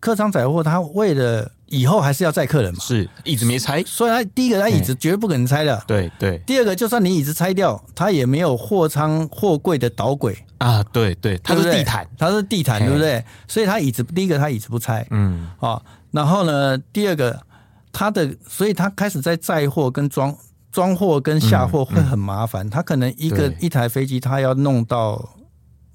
[SPEAKER 2] 客舱载货，它为了以后还是要载客人嘛，
[SPEAKER 1] 是一直没拆，
[SPEAKER 2] 所以它第一个它椅子绝对不可能拆的。
[SPEAKER 1] 对对
[SPEAKER 2] 第二个，就算你椅子拆掉，它也没有货舱货柜的导轨，
[SPEAKER 1] 啊，对对，它是
[SPEAKER 2] 对不对
[SPEAKER 1] 地毯，，
[SPEAKER 2] 它是地毯，
[SPEAKER 1] 嘿
[SPEAKER 2] 对不对？所以它椅子，第一个它椅子不拆
[SPEAKER 1] 嗯，
[SPEAKER 2] 啊、哦然后呢，第二个它的，所以它开始在载货跟装装货跟下货会很麻烦，它可能一个
[SPEAKER 1] 嗯对
[SPEAKER 2] 一台飞机它要弄到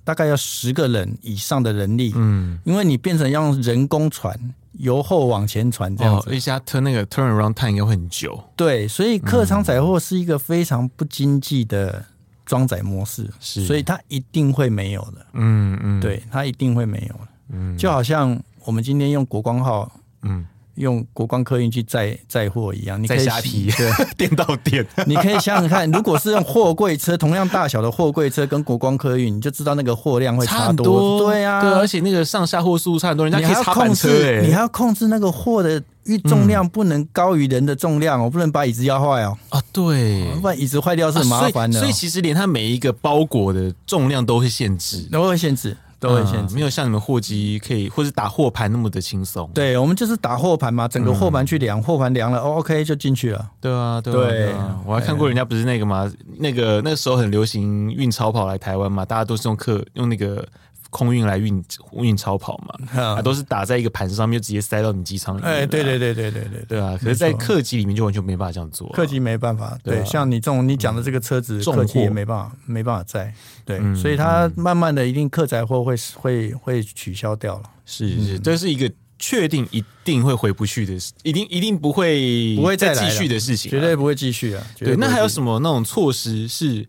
[SPEAKER 2] 大概要十个人以上的人力，
[SPEAKER 1] 嗯，
[SPEAKER 2] 因为你变成要用人工船由后往前传这样
[SPEAKER 1] 哦
[SPEAKER 2] 子，，
[SPEAKER 1] 而且它 turn 那个 turn around time 应该会很久，
[SPEAKER 2] 对，所以客舱载货是一个非常不经济的装载模式，
[SPEAKER 1] 是
[SPEAKER 2] 所以它一定会没有的。
[SPEAKER 1] 嗯嗯，，
[SPEAKER 2] 对，它一定会没有的。
[SPEAKER 1] 嗯
[SPEAKER 2] 就好像我们今天用国光号、
[SPEAKER 1] 嗯，
[SPEAKER 2] 用国光客运去载载货一样，你可
[SPEAKER 1] 在
[SPEAKER 2] 以
[SPEAKER 1] 虾皮， 电到电，
[SPEAKER 2] 你可以想想看，如果是用货柜车，同样大小的货柜车跟国光客运，你就知道那个货量会
[SPEAKER 1] 差
[SPEAKER 2] 差
[SPEAKER 1] 很多，
[SPEAKER 2] 对
[SPEAKER 1] 对，
[SPEAKER 2] 啊
[SPEAKER 1] 而，且那个上下货速度差很多，人
[SPEAKER 2] 你
[SPEAKER 1] 家
[SPEAKER 2] 还
[SPEAKER 1] 可
[SPEAKER 2] 要
[SPEAKER 1] 以插板
[SPEAKER 2] 控
[SPEAKER 1] 车嗯
[SPEAKER 2] 制，你还
[SPEAKER 1] 哎，
[SPEAKER 2] 要控制那个货的运重量不能高于人的重量哦，不能把椅子压坏哦，
[SPEAKER 1] 啊，对，
[SPEAKER 2] 不然椅子坏掉是很麻烦的
[SPEAKER 1] 啊
[SPEAKER 2] 哦
[SPEAKER 1] 所以。所以其实连它每一个包裹的重量都会限制，
[SPEAKER 2] 都会限制，都会限
[SPEAKER 1] 嗯
[SPEAKER 2] 制。
[SPEAKER 1] 没有像你们货机可以或是打货盘那么的轻松。
[SPEAKER 2] 对，我们就是打货盘嘛，整个货盘去量，
[SPEAKER 1] 嗯
[SPEAKER 2] 货盘量了、哦、，OK 就进去了。
[SPEAKER 1] 对啊，对啊，
[SPEAKER 2] 对
[SPEAKER 1] 对啊我还看过人家不是那个嘛，那个那时候很流行运钞跑来台湾嘛，大家都是用客用那个空运来运运钞跑嘛，
[SPEAKER 2] 嗯
[SPEAKER 1] 啊，都是打在一个盘上面，就直接塞到你机舱里面。啊
[SPEAKER 2] 哎，对对，对对对对对，
[SPEAKER 1] 对啊，可是，在
[SPEAKER 2] 没错
[SPEAKER 1] 客机里面就完全没办法这样做、啊。
[SPEAKER 2] 客机没办法，
[SPEAKER 1] 对啊
[SPEAKER 2] 对，像你这种你讲的这个车子，
[SPEAKER 1] 重
[SPEAKER 2] 客机
[SPEAKER 1] 货
[SPEAKER 2] 也没办法，没办法载，对
[SPEAKER 1] 嗯，
[SPEAKER 2] 所以它慢慢的一定客载货会会会取消掉了，
[SPEAKER 1] 是是
[SPEAKER 2] 嗯
[SPEAKER 1] 是，这是一个确定一定会回不去的事，一定一定不会
[SPEAKER 2] 不会再
[SPEAKER 1] 再继
[SPEAKER 2] 来了
[SPEAKER 1] 续的事情啊、
[SPEAKER 2] 绝对不会继续啊。绝
[SPEAKER 1] 对，那还有
[SPEAKER 2] 么？
[SPEAKER 1] 什么那种措施是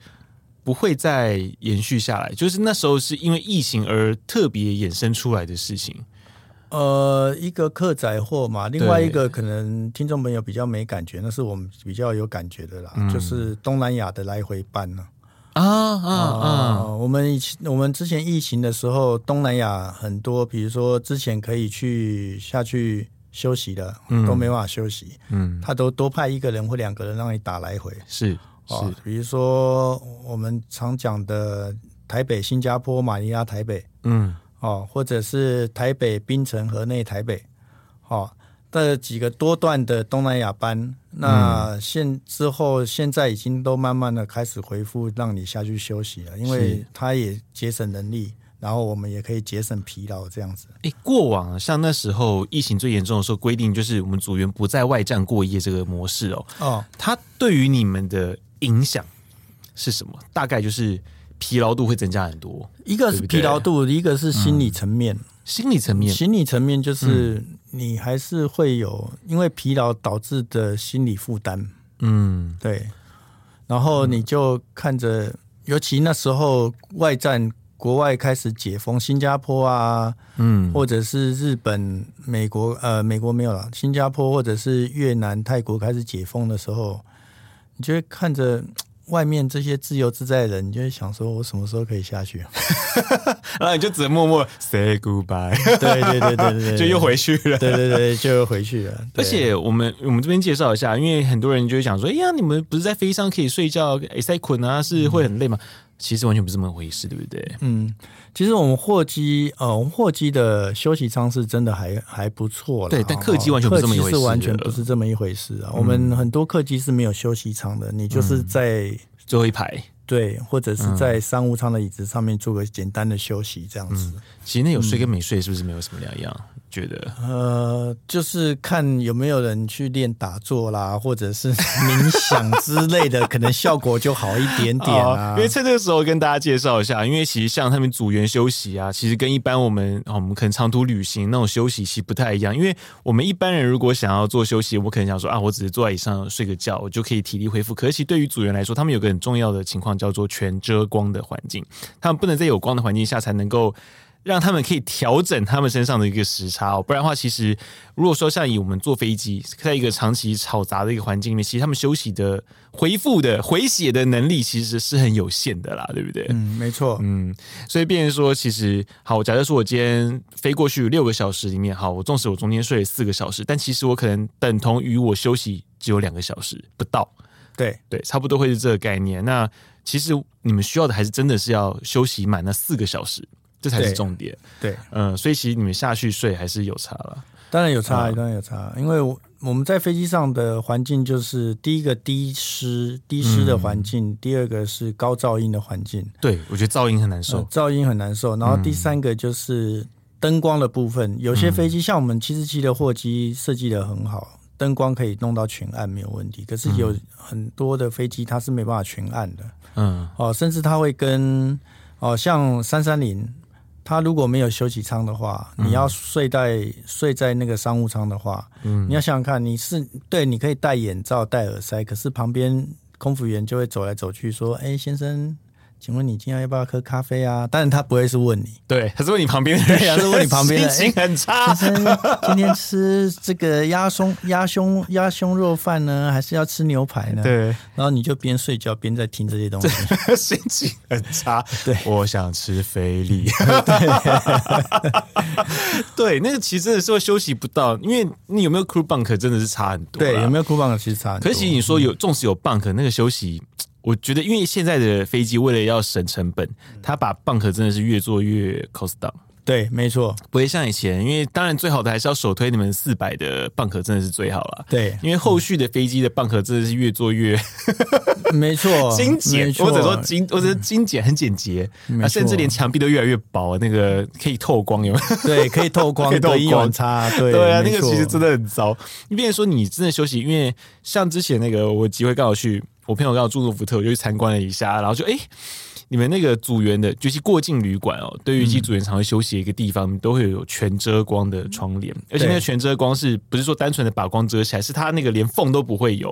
[SPEAKER 1] 不会再延续下来？就是那时候是因为疫情而特别衍生出来的事情。
[SPEAKER 2] 呃，一个客载货嘛，另外一个可能听众朋友比较没感觉，那是我们比较有感觉的啦，
[SPEAKER 1] 嗯
[SPEAKER 2] 就是东南亚的来回班呢。
[SPEAKER 1] 啊啊
[SPEAKER 2] 啊、！我们以前我们之前疫情的时候，东南亚很多，比如说之前可以去下去休息的，都没办法休息，
[SPEAKER 1] 嗯，
[SPEAKER 2] 他都多派一个人或两个人让你打来回。
[SPEAKER 1] 是
[SPEAKER 2] 哦
[SPEAKER 1] 是，，
[SPEAKER 2] 比如说我们常讲的台北、新加坡、马尼拉、台北，
[SPEAKER 1] 嗯
[SPEAKER 2] 哦，或者是台北、槟城、河内、台北，哦，这几个多段的东南亚班，
[SPEAKER 1] 嗯
[SPEAKER 2] 那现之后现在已经都慢慢的开始恢复，让你下去休息了，因为
[SPEAKER 1] 是
[SPEAKER 2] 它也节省人力，然后我们也可以节省疲劳，这样子。
[SPEAKER 1] 哎、过往啊像那时候疫情最严重的时候，规定就是我们组员不在外站过夜这个模式哦，
[SPEAKER 2] 哦，
[SPEAKER 1] 它对于你们的影响是什么？大概就是疲劳度会增加很多，
[SPEAKER 2] 一个
[SPEAKER 1] 对
[SPEAKER 2] 是
[SPEAKER 1] 不对嗯
[SPEAKER 2] 疲劳度，一个是心理层面。
[SPEAKER 1] 心理层面嗯
[SPEAKER 2] 心理层面就是你还是会有因为疲劳导致的心理负担。
[SPEAKER 1] 嗯
[SPEAKER 2] 对，然后你就看着，尤其那时候外战，国外开始解封，新加坡啊，
[SPEAKER 1] 嗯
[SPEAKER 2] 或者是日本、美国，呃，美国没有了，新加坡或者是越南、泰国开始解封的时候，你就会看着。外面这些自由自在的人，你就会想说：我什么时候可以 下去？啊
[SPEAKER 1] 然啊后你就只能默默 say goodbye，
[SPEAKER 2] 对对对对对对，
[SPEAKER 1] 就又回去了。
[SPEAKER 2] 对对对，就又回去了。
[SPEAKER 1] 而
[SPEAKER 2] 对
[SPEAKER 1] 且我们我们这边介绍一下，因为很多人就会想说，哎呀，你们不是在飞机上可以睡觉，哎，塞捆啊，是会很累吗？其实完全不是这么回事，对不对？
[SPEAKER 2] 嗯，其实我们货机，呃，我们货机的休息舱是真的还还不错了。
[SPEAKER 1] 对但客机完全不
[SPEAKER 2] 客
[SPEAKER 1] 是这么一
[SPEAKER 2] 机
[SPEAKER 1] 回事嗯
[SPEAKER 2] 是完全
[SPEAKER 1] 了
[SPEAKER 2] 不是这么一回事啊。我们很多客机是没有休息舱的，你就是
[SPEAKER 1] 嗯
[SPEAKER 2] 在、
[SPEAKER 1] 最后一排，
[SPEAKER 2] 对，或者
[SPEAKER 1] 嗯
[SPEAKER 2] 是在商务舱的椅子上面做个简单的休息，这样子。
[SPEAKER 1] 其实那有睡跟没睡是不是没有什么两样？觉得
[SPEAKER 2] 呃，就是看有没有人去练打坐啦，或者是 冥想之类的，可能效果就好一 点点
[SPEAKER 1] 哦
[SPEAKER 2] 啊。
[SPEAKER 1] 因为趁这个时候跟大家介绍一下，因为其实像他们组员休息啊，其实跟一般我们哦我们可能长途旅行那种休息其实不太一样，因为我们一般人如果想要做休息，我可能想说啊，我只是坐在椅上睡个觉，我就可以体力恢复。可是其实对于组员来说，他们有个很重要的情况叫做全遮光的环境，他们不能在有光的环境下才能够。让他们可以调整他们身上的一个时差哦。不然的话，其实如果说像以我们坐飞机，在一个长期吵杂的一个环境里面，其实他们休息的、回复的、回血的能力其实是很有限的啦，对不对？
[SPEAKER 2] 嗯，没错，
[SPEAKER 1] 嗯，所以变成说，其实好，假设说我今天飞过去六个小时里面，好，我纵使我中间睡了四个小时，但其实我可能等同于我休息只有两个小时不到，
[SPEAKER 2] 对，
[SPEAKER 1] 对，差不多会是这个概念。那其实你们需要的还是真的是要休息满那四个小时，这才是
[SPEAKER 2] 对
[SPEAKER 1] 重点。
[SPEAKER 2] 对，
[SPEAKER 1] 嗯，所以其实你们下去睡还是有差了。
[SPEAKER 2] 当然有差，当然有差，因为我我们在飞机上的环境就是第一个低湿低湿的环境，第二个是高噪音的环境，
[SPEAKER 1] 对，我觉得噪音很难受。
[SPEAKER 2] 呃噪音很难受，然后第三个就是灯光的部分，有些飞机像我们七四七的货机设计的很好。灯光可以弄到全暗没有问题，可是有很多的飞机它是没办法全暗的，
[SPEAKER 1] 嗯，
[SPEAKER 2] 哦，甚至它会跟哦，像三三零，它如果没有休息舱的话，你要睡在、睡在那个商务舱的话，嗯，你要想想看，你是对，你可以戴眼罩、戴耳塞，可是旁边空服员就会走来走去说：“哎、先生，请问你今天要不要喝咖啡啊？”但是他不会是问你，
[SPEAKER 1] 对，他是问你旁边的 人，
[SPEAKER 2] 对啊是问你旁边的
[SPEAKER 1] 心情很差。
[SPEAKER 2] 先生，今天吃这个鸭胸鸭胸鸭胸肉饭呢，还是要吃牛排 呢？，
[SPEAKER 1] 对，
[SPEAKER 2] 然后你就边睡觉边在听这些东西。
[SPEAKER 1] 心情很差。
[SPEAKER 2] 对
[SPEAKER 1] 我想吃菲 力。对，那个其实真的是会休息不到，因为你有没有 crew bunk 真的是差很多啦。
[SPEAKER 2] 对，有没有酷棒其实差很多。
[SPEAKER 1] 啊可惜你说有，纵使有 bunk 那个休息，我觉得因为现在的飞机为了要省成本，他把 bunk 真的是越做越 cost down。
[SPEAKER 2] 对，没 错，
[SPEAKER 1] 不会像以前，因为当然最好的还是要首推你们四百的蚌壳，真的是最好了。
[SPEAKER 2] 对
[SPEAKER 1] 因为后续的飞机的蚌壳真的是越做越
[SPEAKER 2] 没错，
[SPEAKER 1] 精简
[SPEAKER 2] 没，错
[SPEAKER 1] 或者 说精，或者是精简很简洁，
[SPEAKER 2] 没
[SPEAKER 1] 啊，甚至
[SPEAKER 2] 错
[SPEAKER 1] 连墙壁都越来越薄，那个可以透光，有没有？
[SPEAKER 2] 对，可以透 光，
[SPEAKER 1] 可以透光
[SPEAKER 2] 隔音有差，对，
[SPEAKER 1] 对啊，
[SPEAKER 2] 没
[SPEAKER 1] 那个其实
[SPEAKER 2] 错
[SPEAKER 1] 真的很糟。你变成说你真的休息，因为像之前那个我机会刚好去，我朋友刚好住诺福特，我就去参观了一下，然后就哎、诶你们那个组员的，就是过境旅馆哦，对于机组员常会休息的一个地方，都会有全遮光的窗
[SPEAKER 2] 嗯
[SPEAKER 1] 帘，而且那个全遮光是不是说单纯的把光遮起来，是它那个连缝都不会有。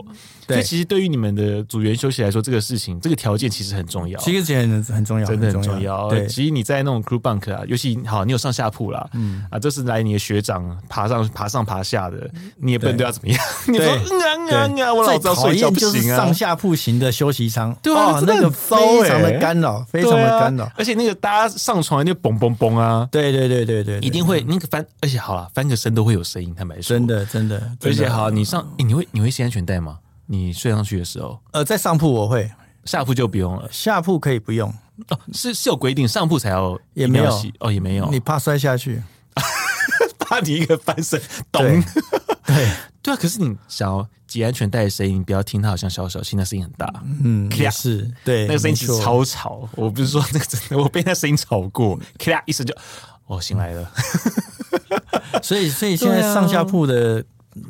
[SPEAKER 1] 所以
[SPEAKER 2] 对
[SPEAKER 1] 其实对于你们的组员休息来说，这个事情这个条件其实很重要。
[SPEAKER 2] 其实这很啊很重要，
[SPEAKER 1] 真的很重
[SPEAKER 2] 重
[SPEAKER 1] 要。哎
[SPEAKER 2] 对，
[SPEAKER 1] 其实你在那种 crew bunk 啊，尤其好，你有上下铺啦，嗯啊，这是来你的学长爬上爬上爬下的，
[SPEAKER 2] 嗯
[SPEAKER 1] 你也不能对他怎么样。 你说嗯啊嗯啊嗯啊，我老子要
[SPEAKER 2] 最讨
[SPEAKER 1] 睡觉
[SPEAKER 2] 厌
[SPEAKER 1] 不
[SPEAKER 2] 就是
[SPEAKER 1] 行啊
[SPEAKER 2] 上，下铺型的休息舱，
[SPEAKER 1] 对啊
[SPEAKER 2] 哦
[SPEAKER 1] 真的
[SPEAKER 2] 那个
[SPEAKER 1] 很糟
[SPEAKER 2] 非常
[SPEAKER 1] 欸
[SPEAKER 2] 的干扰，非
[SPEAKER 1] 非
[SPEAKER 2] 常的干扰，嗯
[SPEAKER 1] 而且那个大家上床就嘣嘣嘣啊，
[SPEAKER 2] 对对对对对，对
[SPEAKER 1] 一定会那个翻，而且好了，翻个身都会有声音，坦白说，
[SPEAKER 2] 真。的真的，
[SPEAKER 1] 而且
[SPEAKER 2] 真的
[SPEAKER 1] 好，你上诶你会你会系安全带吗？你睡上去的时候，
[SPEAKER 2] 呃，在上铺我会，
[SPEAKER 1] 下铺就不 用了。
[SPEAKER 2] 下铺可以不用，
[SPEAKER 1] 哦，是是有规定，上铺才要
[SPEAKER 2] 也
[SPEAKER 1] 一定要
[SPEAKER 2] 没有
[SPEAKER 1] 系哦，也没有。
[SPEAKER 2] 你怕摔下去，
[SPEAKER 1] 怕你一个翻身，懂
[SPEAKER 2] 对？ 对，
[SPEAKER 1] 对啊，可是你想要系安全带的声音，你不要听它好像小小气，那声音很大，
[SPEAKER 2] 嗯，
[SPEAKER 1] 咔
[SPEAKER 2] 也是，对，
[SPEAKER 1] 那个声音其
[SPEAKER 2] 没
[SPEAKER 1] 实
[SPEAKER 2] 错
[SPEAKER 1] 超吵。我不是说那个真的，我被那声音吵过，咔一声就哦醒来了。
[SPEAKER 2] 嗯所以，所以现在
[SPEAKER 1] 对啊
[SPEAKER 2] 上下铺的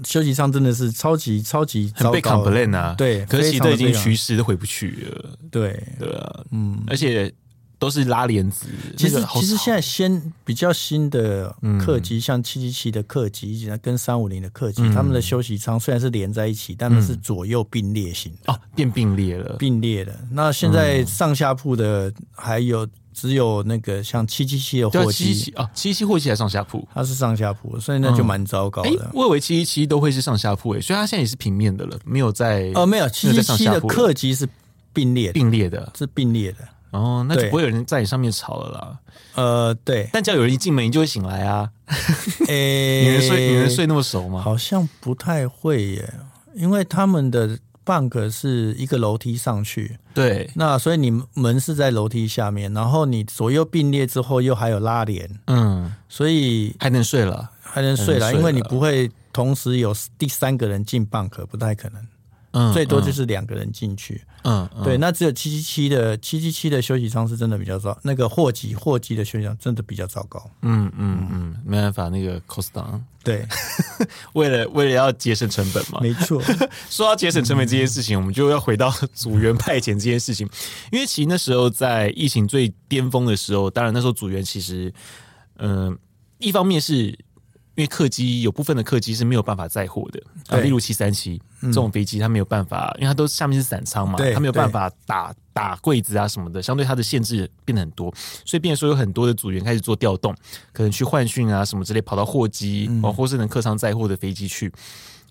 [SPEAKER 2] 休息舱真的是超级超级
[SPEAKER 1] 很
[SPEAKER 2] 糟
[SPEAKER 1] 被
[SPEAKER 2] 糕的，
[SPEAKER 1] complain 啊，
[SPEAKER 2] 对
[SPEAKER 1] 可是其
[SPEAKER 2] 非
[SPEAKER 1] 实都
[SPEAKER 2] 常地
[SPEAKER 1] 已经
[SPEAKER 2] 被
[SPEAKER 1] 趋势都回不去了，
[SPEAKER 2] 对。
[SPEAKER 1] 对啊，嗯，而且都是拉帘子，
[SPEAKER 2] 其实
[SPEAKER 1] 那个好嗯
[SPEAKER 2] 其实
[SPEAKER 1] 吵
[SPEAKER 2] 现在先比较新的客机，像七七七的客机跟三五零的客
[SPEAKER 1] 嗯
[SPEAKER 2] 机，他们的休息舱虽然是连在一起，但他们是左右并列型的，
[SPEAKER 1] 哦变并列了，
[SPEAKER 2] 并列的。那现在上下铺的还有只有那个像七七七的
[SPEAKER 1] 对啊，
[SPEAKER 2] 货
[SPEAKER 1] 七
[SPEAKER 2] 机，
[SPEAKER 1] 七哦七七或七还上下铺。
[SPEAKER 2] 它是上下铺，所以那就蛮糟糕
[SPEAKER 1] 哎
[SPEAKER 2] 的，。
[SPEAKER 1] 我以为七一七都会是上下铺诶，所以它现在也是平面的了，没有在
[SPEAKER 2] 哦，没有七
[SPEAKER 1] 没有在
[SPEAKER 2] 七
[SPEAKER 1] 上
[SPEAKER 2] 七
[SPEAKER 1] 下
[SPEAKER 2] 的
[SPEAKER 1] 铺了
[SPEAKER 2] 客机是并列的，
[SPEAKER 1] 并列的，
[SPEAKER 2] 是并列的。
[SPEAKER 1] 哦，那就
[SPEAKER 2] 对
[SPEAKER 1] 不会有人在你上面吵了啦。
[SPEAKER 2] 呃，对，
[SPEAKER 1] 但只要有人一进门，你就会醒来啊！
[SPEAKER 2] 诶，
[SPEAKER 1] 你能睡你能睡那么熟吗？
[SPEAKER 2] 好像不太会耶，因为他们的 bunk 是一个楼梯上去，
[SPEAKER 1] 对，
[SPEAKER 2] 那所以你门是在楼梯下面，然后你左右并列之后又还有拉帘，
[SPEAKER 1] 嗯，
[SPEAKER 2] 所以
[SPEAKER 1] 还能睡了。
[SPEAKER 2] 还能睡
[SPEAKER 1] 还能睡
[SPEAKER 2] 啦，
[SPEAKER 1] 啦
[SPEAKER 2] 因为你不会同时有第三个人进 bunk，不太可能，
[SPEAKER 1] 嗯，
[SPEAKER 2] 最多就是两个人进去。
[SPEAKER 1] 嗯嗯，
[SPEAKER 2] 对，那只有七七七的七七七的休息舱是真的比较糟，那个货机货机的休息舱真的比较糟糕。
[SPEAKER 1] 嗯嗯嗯，没办法，那个 cost down，
[SPEAKER 2] 对，
[SPEAKER 1] 为了为了要节省成本嘛。
[SPEAKER 2] 没错，
[SPEAKER 1] 说到节省成本这件事情，我们就要回到组员派遣这件事情，因为其实那时候在疫情呃最巅峰的时候，当然那时候组员其实，嗯、一方面是因为客机有部分的客机是没有办法载货的，啊，
[SPEAKER 2] 对
[SPEAKER 1] 例如七三七这种飞机，它没有办法，因为它都下面是散舱嘛
[SPEAKER 2] 对，
[SPEAKER 1] 它没有办法打打柜子啊什么的，相对它的限制变得很多，所以变成说有很多的组员开始做调动，可能去换训啊什么之类，跑到货机
[SPEAKER 2] 嗯
[SPEAKER 1] 哦，或是能客舱载货的飞机去。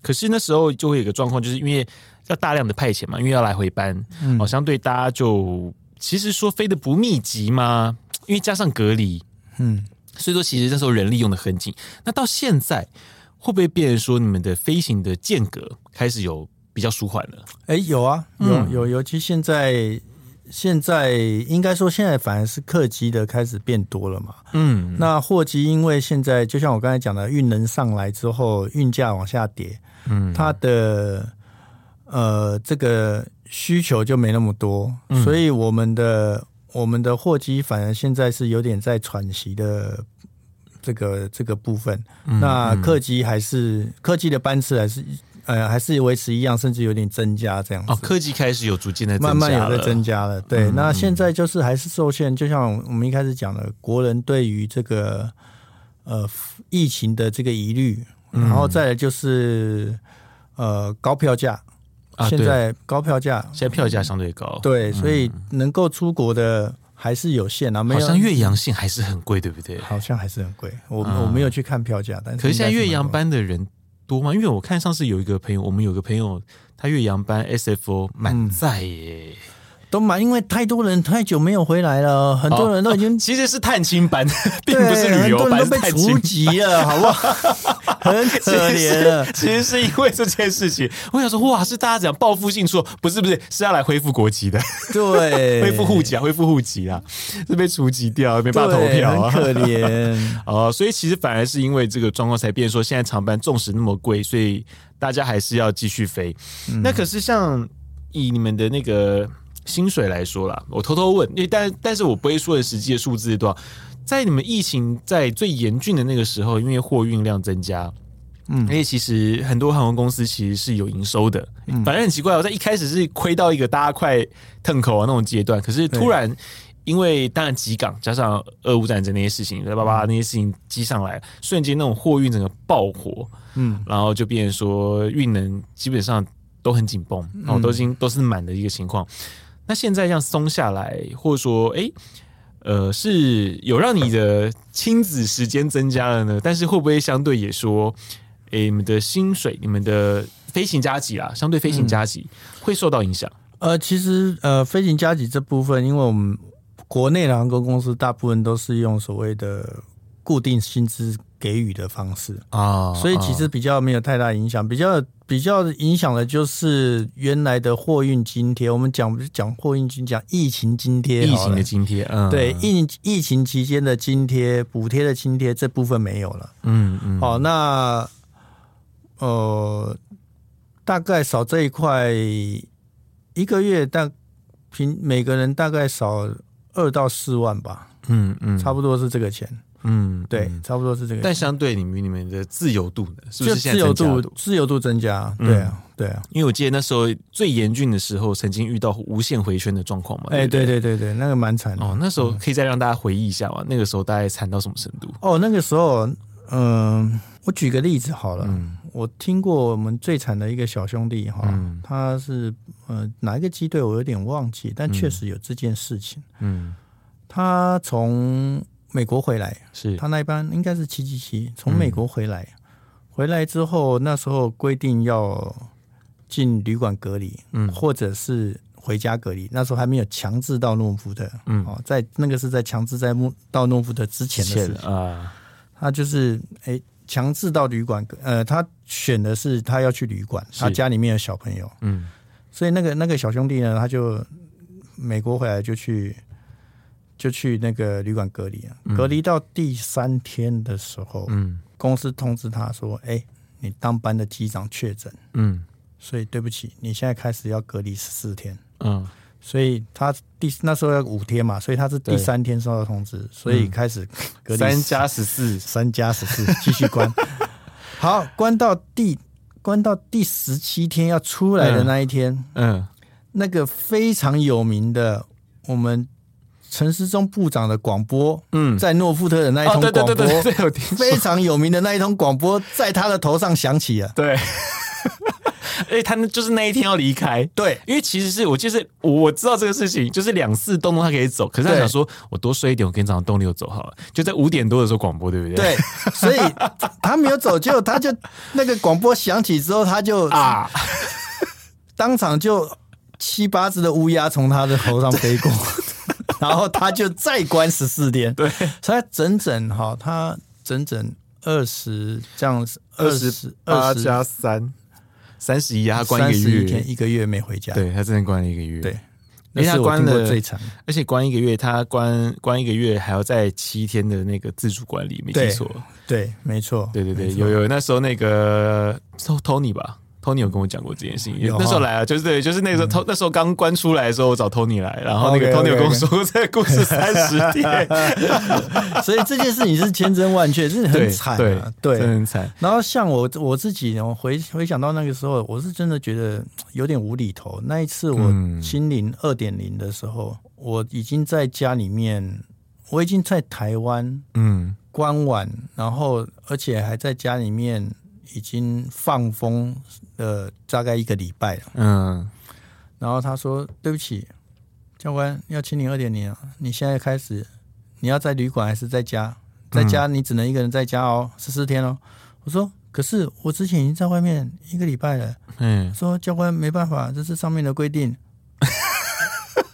[SPEAKER 1] 可是那时候就会有一个状况，就是因为要大量的派遣嘛，因为要来回班，
[SPEAKER 2] 嗯
[SPEAKER 1] 哦，相对大家就其实说飞的不密集嘛，因为加上隔离，
[SPEAKER 2] 嗯，
[SPEAKER 1] 所以说其实那时候人力用的很紧。那到现在会不会变成说你们的飞行的间隔开始有比较舒缓了？
[SPEAKER 2] 哎、有啊，有、有，尤其现在现在应该说现在反而是客机的开始变多了嘛。
[SPEAKER 1] 嗯，
[SPEAKER 2] 那货机因为现在就像我刚才讲的，运能上来之后，运价往下跌，嗯，它的呃这个需求就没那么多，所以我们的我们的货机反而现在是有点在喘息的。这个这个部分，那客机还是客机的班次还是呃还是维持一样，甚至有点增加这样子。
[SPEAKER 1] 哦，科技开始有逐渐的
[SPEAKER 2] 慢
[SPEAKER 1] 增加
[SPEAKER 2] 慢有在
[SPEAKER 1] 了
[SPEAKER 2] 增加了。对，
[SPEAKER 1] 嗯
[SPEAKER 2] 那现在就是还是受限，就像我们一开始讲的，国人对于这个呃疫情的这个疑虑，
[SPEAKER 1] 嗯
[SPEAKER 2] 然后再来就是呃高票价，
[SPEAKER 1] 啊，
[SPEAKER 2] 现
[SPEAKER 1] 对，嗯
[SPEAKER 2] 在高票价，
[SPEAKER 1] 现在票价相对高，，
[SPEAKER 2] 对，所以能够出国的还是有限啊，没
[SPEAKER 1] 好
[SPEAKER 2] 有嗯
[SPEAKER 1] 像岳阳线还是很贵，对不对？
[SPEAKER 2] 好像还是很贵。我、我没有去看票价，但是
[SPEAKER 1] 啊可是现在
[SPEAKER 2] 应该
[SPEAKER 1] 岳
[SPEAKER 2] 蛮
[SPEAKER 1] 阳
[SPEAKER 2] 贵
[SPEAKER 1] 班的人多吗？因为我看上次有一个朋友，我们有个朋友，他岳阳班 SFO 满载耶，
[SPEAKER 2] 都蛮，因为太多人太久没有回来了，很多人都已经
[SPEAKER 1] 其实是探亲 班， 并
[SPEAKER 2] 嗯对，
[SPEAKER 1] 不是旅游
[SPEAKER 2] 很多
[SPEAKER 1] 班，
[SPEAKER 2] 人都
[SPEAKER 1] 是
[SPEAKER 2] 被
[SPEAKER 1] 探
[SPEAKER 2] 除
[SPEAKER 1] 亲。
[SPEAKER 2] 籍了，好不好？ 很 可怜啊了。
[SPEAKER 1] 其实是因为这件事情，我想说，哇，是大家讲报复性说，不是不是，是要来恢复国籍的，
[SPEAKER 2] 对，
[SPEAKER 1] 恢复户籍啊，恢复户籍啊，是被除籍掉，没
[SPEAKER 2] 对，
[SPEAKER 1] 办法投票啊，
[SPEAKER 2] 很可 怜。
[SPEAKER 1] 哦，所以其实反而是因为这个状况才变说，现在长班纵使那么贵，所以大家还是要继续飞。那可是像以你们的那个薪水来说啦，我偷偷问，因为但但是我不会说的实际的数字是多少。在你们疫情在最严峻的那个时候，因为货运量增加。嗯，而且其实很多航空公司其实是有营收的，反正很奇怪、哦，在一开始是亏到一个大家快腾口啊那种阶段，可是突然因为当然急港加上俄乌战争那些事
[SPEAKER 2] 嗯
[SPEAKER 1] 情，巴拉巴拉那些事情积上来，瞬间那种货运整个爆火，
[SPEAKER 2] 嗯，
[SPEAKER 1] 然后就变成说运能基本上都很紧绷，
[SPEAKER 2] 嗯
[SPEAKER 1] 哦，都已经都是满的一个情况。那现在这样松下来，或者说，哎、呃，是有让你的亲子时间增加了呢，但是会不会相对也说，哎、你们的薪水、你们的飞行加急啊啦，相对飞行加急、
[SPEAKER 2] 嗯啊
[SPEAKER 1] 会受到影响？
[SPEAKER 2] 呃，其实呃，飞行加急这部分，因为我们国内的航空公司大部分都是用所谓的固定薪资给予的方式，
[SPEAKER 1] 啊
[SPEAKER 2] 所以其实比较没有太大影响。比较比较影响的就是原来的货运津贴。我们讲讲货运津，讲疫情津贴
[SPEAKER 1] 疫
[SPEAKER 2] 好
[SPEAKER 1] 情
[SPEAKER 2] 了，
[SPEAKER 1] 的津贴，嗯，
[SPEAKER 2] 对疫疫情期间的津贴、补贴的津贴这部分没有了。
[SPEAKER 1] 嗯嗯，
[SPEAKER 2] 好、那呃，大概少这一块，一个月大平每个人大概少二到四万吧，
[SPEAKER 1] 嗯嗯，
[SPEAKER 2] 差不多是这个钱。
[SPEAKER 1] 嗯，
[SPEAKER 2] 对，
[SPEAKER 1] 嗯
[SPEAKER 2] 差不多是这个钱。
[SPEAKER 1] 但相对你们你们的自由度呢，是不
[SPEAKER 2] 就是
[SPEAKER 1] 现
[SPEAKER 2] 自
[SPEAKER 1] 在
[SPEAKER 2] 由
[SPEAKER 1] 增加嗯
[SPEAKER 2] 度
[SPEAKER 1] 了，
[SPEAKER 2] 自由度增加，对啊，对啊，
[SPEAKER 1] 因为我记得那时候最严峻的时候，曾经遇到无限回圈的状况嘛。
[SPEAKER 2] 哎、
[SPEAKER 1] 不
[SPEAKER 2] 对。对对对，那个蛮惨的。
[SPEAKER 1] 哦哦，那时候可以再让大家回忆一下嘛？那个时候大概惨到什么程度？
[SPEAKER 2] 哦，那个时候，嗯、我举个例子好了，
[SPEAKER 1] 嗯
[SPEAKER 2] 我听过我们最惨的一个小兄弟哈，
[SPEAKER 1] 嗯
[SPEAKER 2] 他是呃哪一个机队我有点忘记，但确实有这件事情。
[SPEAKER 1] 嗯，
[SPEAKER 2] 他从美国回来，
[SPEAKER 1] 是
[SPEAKER 2] 他那一班应该是七七七，从美国回来，回来之后那时候规定要进旅馆隔离，嗯，或者是回家隔离，那时候还没有强制到诺夫特，嗯，哦，在那个是在强制在诺到诺夫特之前的事情，
[SPEAKER 1] 啊，
[SPEAKER 2] 他就是哎强制到旅馆，呃，他选的是他要去旅馆，他家里面有小朋友，
[SPEAKER 1] 嗯，
[SPEAKER 2] 所以那个那个小兄弟呢，他就美国回来就去就去那个旅馆隔离啊，隔离到第三天的时候，
[SPEAKER 1] 嗯
[SPEAKER 2] 公司通知他说：“哎、你当班的机长确诊，
[SPEAKER 1] 嗯
[SPEAKER 2] 所以对不起，你现在开始要隔离十四天。”
[SPEAKER 1] 嗯
[SPEAKER 2] 所以他第那时候要五天嘛，所以他是第
[SPEAKER 1] 对
[SPEAKER 2] 三天收到通知，所以开始
[SPEAKER 1] 嗯，
[SPEAKER 2] 隔离
[SPEAKER 1] 三
[SPEAKER 2] 14
[SPEAKER 1] 加十四，
[SPEAKER 2] 三加十四，继 续关。好，关到第关到第十七天要出来的那一天，
[SPEAKER 1] 嗯，
[SPEAKER 2] 那个非常有名的我们陈时中部长的广播，
[SPEAKER 1] 嗯，
[SPEAKER 2] 在诺富特的那一
[SPEAKER 1] 哦，
[SPEAKER 2] 通
[SPEAKER 1] 对
[SPEAKER 2] 广播，
[SPEAKER 1] 对对对对，有听说
[SPEAKER 2] 非常有名的那一通广播，在他的头上响起了。
[SPEAKER 1] 对。而哎且他们就是那一天要离开，
[SPEAKER 2] 对，
[SPEAKER 1] 因为其实是我就是我知道这个事情，就是两次东东他可以走，可是他
[SPEAKER 2] 对
[SPEAKER 1] 想说，我多睡一点，我跟你早上东六走好了，就在五点多的时候广播，对不对？
[SPEAKER 2] 对，所以他没有走，结果他就那个广播响起之后，他就
[SPEAKER 1] 啊，
[SPEAKER 2] 当场就七八只的乌鸦从他的头上飞 过，然后他就再关十四天。
[SPEAKER 1] 对，
[SPEAKER 2] 所以他整整哈，他整整二十这样子，二十
[SPEAKER 1] 八
[SPEAKER 2] 二十
[SPEAKER 1] 加三，三十一啊，他关
[SPEAKER 2] 三
[SPEAKER 1] 一个
[SPEAKER 2] 十一
[SPEAKER 1] 月
[SPEAKER 2] 天，，一个月没回家。，
[SPEAKER 1] 对他真的关了一个月，
[SPEAKER 2] 对
[SPEAKER 1] 而且
[SPEAKER 2] 那
[SPEAKER 1] 他
[SPEAKER 2] 是我
[SPEAKER 1] 关
[SPEAKER 2] 听过
[SPEAKER 1] 了
[SPEAKER 2] 最长。
[SPEAKER 1] 而且关一个月，他关关一个月还要在七天的那个自主管理，没记
[SPEAKER 2] 对
[SPEAKER 1] 错。
[SPEAKER 2] 对，没错。
[SPEAKER 1] 对对对，
[SPEAKER 2] 没错
[SPEAKER 1] 有有那时候那个 To- Tony 吧，Tony 有跟我讲过这件事情。
[SPEAKER 2] 有哈
[SPEAKER 1] 那时候来啊，就是对，就是那个时候、那时候刚关出来的时候，我找 Tony 来，然后那个 Tony
[SPEAKER 2] OK，OK，OK
[SPEAKER 1] 有跟我说过这个故事三十 天，
[SPEAKER 2] 所以这件事情是千真万确，真的
[SPEAKER 1] 对
[SPEAKER 2] 很惨
[SPEAKER 1] 对
[SPEAKER 2] 啊。
[SPEAKER 1] 真的
[SPEAKER 2] 对。
[SPEAKER 1] 很惨。
[SPEAKER 2] 然后像我我自己呢，我回回想到那个时候，我是真的觉得有点无厘头。那一次我
[SPEAKER 1] 嗯
[SPEAKER 2] 心灵二点零的时候，我已经在家里面，我已经在台湾
[SPEAKER 1] 嗯
[SPEAKER 2] 关晚，然后而且还在家里面已经放风了大概一个礼拜了。
[SPEAKER 1] 嗯，
[SPEAKER 2] 然后他说：“对不起，教官要清零二点零，啊你现在开始，你要在旅馆还是在家？在家
[SPEAKER 1] 嗯
[SPEAKER 2] 你只能一个人在家哦，十四天哦。”我说：“可是我之前已经在外面一个礼拜了。”
[SPEAKER 1] 嗯，
[SPEAKER 2] 说教官没办法，这是上面的规定。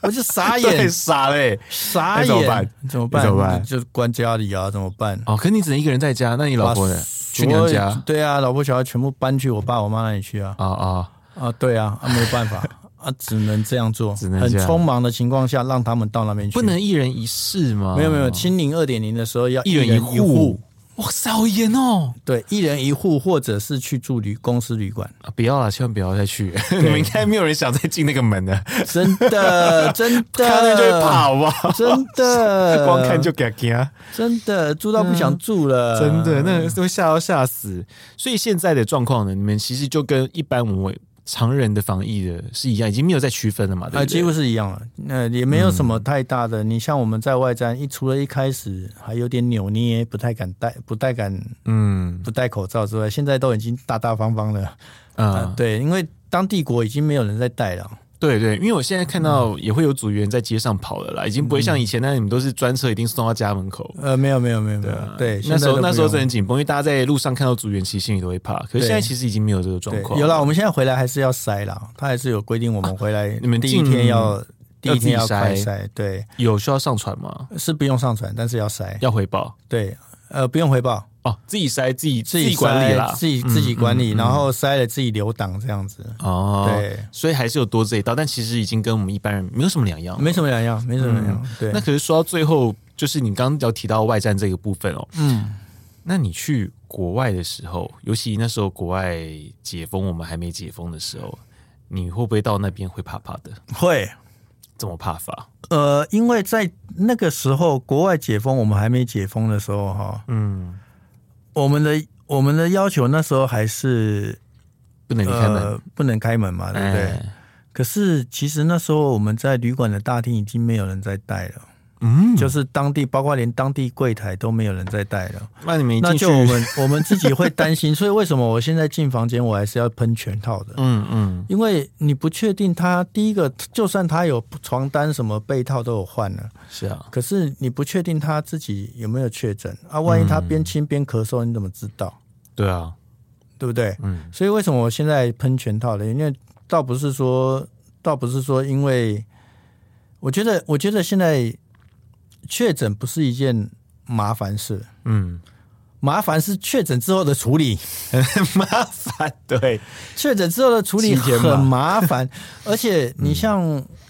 [SPEAKER 2] 我就傻
[SPEAKER 1] 对，
[SPEAKER 2] 眼，
[SPEAKER 1] 傻嘞、
[SPEAKER 2] 傻
[SPEAKER 1] 那
[SPEAKER 2] 眼，
[SPEAKER 1] 怎么办？
[SPEAKER 2] 怎么办？
[SPEAKER 1] 怎么办
[SPEAKER 2] 就关家里啊，怎么办？
[SPEAKER 1] 哦，可你只能一个人在家，那你老婆呢？去娘
[SPEAKER 2] 所有
[SPEAKER 1] 家？
[SPEAKER 2] 对啊，老婆小孩全部搬去我爸我妈那里去啊。
[SPEAKER 1] 啊啊，
[SPEAKER 2] 啊，对啊，啊没有办法啊，只能这样做，
[SPEAKER 1] 只能
[SPEAKER 2] 很
[SPEAKER 1] 这样
[SPEAKER 2] 匆忙的情况下让他们到那边去。
[SPEAKER 1] 不能一人一室吗？
[SPEAKER 2] 没有没有，清零二点零的时候要
[SPEAKER 1] 一人
[SPEAKER 2] 人
[SPEAKER 1] 一
[SPEAKER 2] 一
[SPEAKER 1] 户，。哇塞，好严哦！
[SPEAKER 2] 对，一人一户，或者是去住旅公司旅馆，
[SPEAKER 1] 啊不要了，千万不要再去！你 们应该没有人想再进那个门的，
[SPEAKER 2] 真的真的，
[SPEAKER 1] 看到那就会怕，好不好？
[SPEAKER 2] 真的，
[SPEAKER 1] 光看就给惊，
[SPEAKER 2] 真的住到不想住了，
[SPEAKER 1] 真的，那会吓到吓死。所以现在的状况呢，你们其实就跟一般我们常人的防疫的是一样，已经没有再区分了嘛？对
[SPEAKER 2] 啊，
[SPEAKER 1] 不对
[SPEAKER 2] 几乎是一样了，那也没有什
[SPEAKER 1] 嗯
[SPEAKER 2] 么太大的。你像我们在外站，一除了一开始还有点扭捏，不太敢戴，不太敢
[SPEAKER 1] 嗯
[SPEAKER 2] 不戴口罩之外，现在都已经大大方方了。啊
[SPEAKER 1] 啊，，
[SPEAKER 2] 对，因为当帝国已经没有人在戴了，
[SPEAKER 1] 对对，因为我现在看到也会有组员在街上跑了啦，已经不会像以前那你们都是专车一定送到家门口。啊
[SPEAKER 2] 呃，没有，没有，没有，没有，对，
[SPEAKER 1] 那
[SPEAKER 2] 现在
[SPEAKER 1] 时
[SPEAKER 2] 都
[SPEAKER 1] 候
[SPEAKER 2] 不
[SPEAKER 1] 那时候
[SPEAKER 2] 用
[SPEAKER 1] 真的很紧绷，因为大家在路上看到组员，其实心里都会怕。可是现在
[SPEAKER 2] 对
[SPEAKER 1] 其实已经没有这个状
[SPEAKER 2] 对
[SPEAKER 1] 况，
[SPEAKER 2] 有了，我们现在回来还是要筛啦，他还是有规定，我们回来、
[SPEAKER 1] 啊你们
[SPEAKER 2] 第一
[SPEAKER 1] 进
[SPEAKER 2] 天要第
[SPEAKER 1] 要
[SPEAKER 2] 一天
[SPEAKER 1] 自己
[SPEAKER 2] 快
[SPEAKER 1] 筛
[SPEAKER 2] 筛，对，
[SPEAKER 1] 有需要上传吗？
[SPEAKER 2] 是不用上传，但是要筛，
[SPEAKER 1] 要回报
[SPEAKER 2] 对，呃，不用回报，
[SPEAKER 1] 哦，自己筛自己
[SPEAKER 2] 自
[SPEAKER 1] 己
[SPEAKER 2] 筛
[SPEAKER 1] 管理啦，
[SPEAKER 2] 自己
[SPEAKER 1] 嗯
[SPEAKER 2] 自己管理，
[SPEAKER 1] 嗯嗯
[SPEAKER 2] 然后筛了自己留档这样子，
[SPEAKER 1] 哦，
[SPEAKER 2] 对，
[SPEAKER 1] 所以还是有多这一道，但其实已经跟我们一般人没有什么两样。
[SPEAKER 2] 没什么两样，没什么两样，对
[SPEAKER 1] 嗯那，可是说到最后，就是你刚刚有提到外战这个部分哦，
[SPEAKER 2] 嗯，
[SPEAKER 1] 那你去国外的时候，尤其那时候国外解封，我们还没解封的时候，你会不会到那边会怕怕的？
[SPEAKER 2] 会。
[SPEAKER 1] 怎么怕法？
[SPEAKER 2] 呃，因为在那个时候，国外解封，我们还没解封的时候，哈，
[SPEAKER 1] 嗯，
[SPEAKER 2] 我们的我们的要求那时候还是
[SPEAKER 1] 不能离开门，
[SPEAKER 2] 呃不能开门嘛，对不对？
[SPEAKER 1] 哎
[SPEAKER 2] 可是其实那时候我们在旅馆的大厅已经没有人在带了，
[SPEAKER 1] 嗯，
[SPEAKER 2] 就是当地包括连当地柜台都没有人在带了，
[SPEAKER 1] 那你们一
[SPEAKER 2] 那
[SPEAKER 1] 进去
[SPEAKER 2] 就，我们我们自己会担心。所以为什么我现在进房间我还是要喷全套的？
[SPEAKER 1] 嗯嗯，
[SPEAKER 2] 因为你不确定他第一个，就算他有床单什么被套都有换了，
[SPEAKER 1] 是啊，
[SPEAKER 2] 可是你不确定他自己有没有确诊啊？万一
[SPEAKER 1] 嗯
[SPEAKER 2] 他边亲边咳嗽，你怎么知道？
[SPEAKER 1] 对啊，
[SPEAKER 2] 对不对？
[SPEAKER 1] 嗯
[SPEAKER 2] 所以为什么我现在喷全套的？因为倒不是说，倒不是说，因为我觉得，我觉得现在确诊不是一件麻烦事，
[SPEAKER 1] 嗯，
[SPEAKER 2] 麻烦是确诊之后的处理，
[SPEAKER 1] 麻烦，对，
[SPEAKER 2] 确诊之后的处理
[SPEAKER 1] 七天吧
[SPEAKER 2] 很麻烦，而且你像、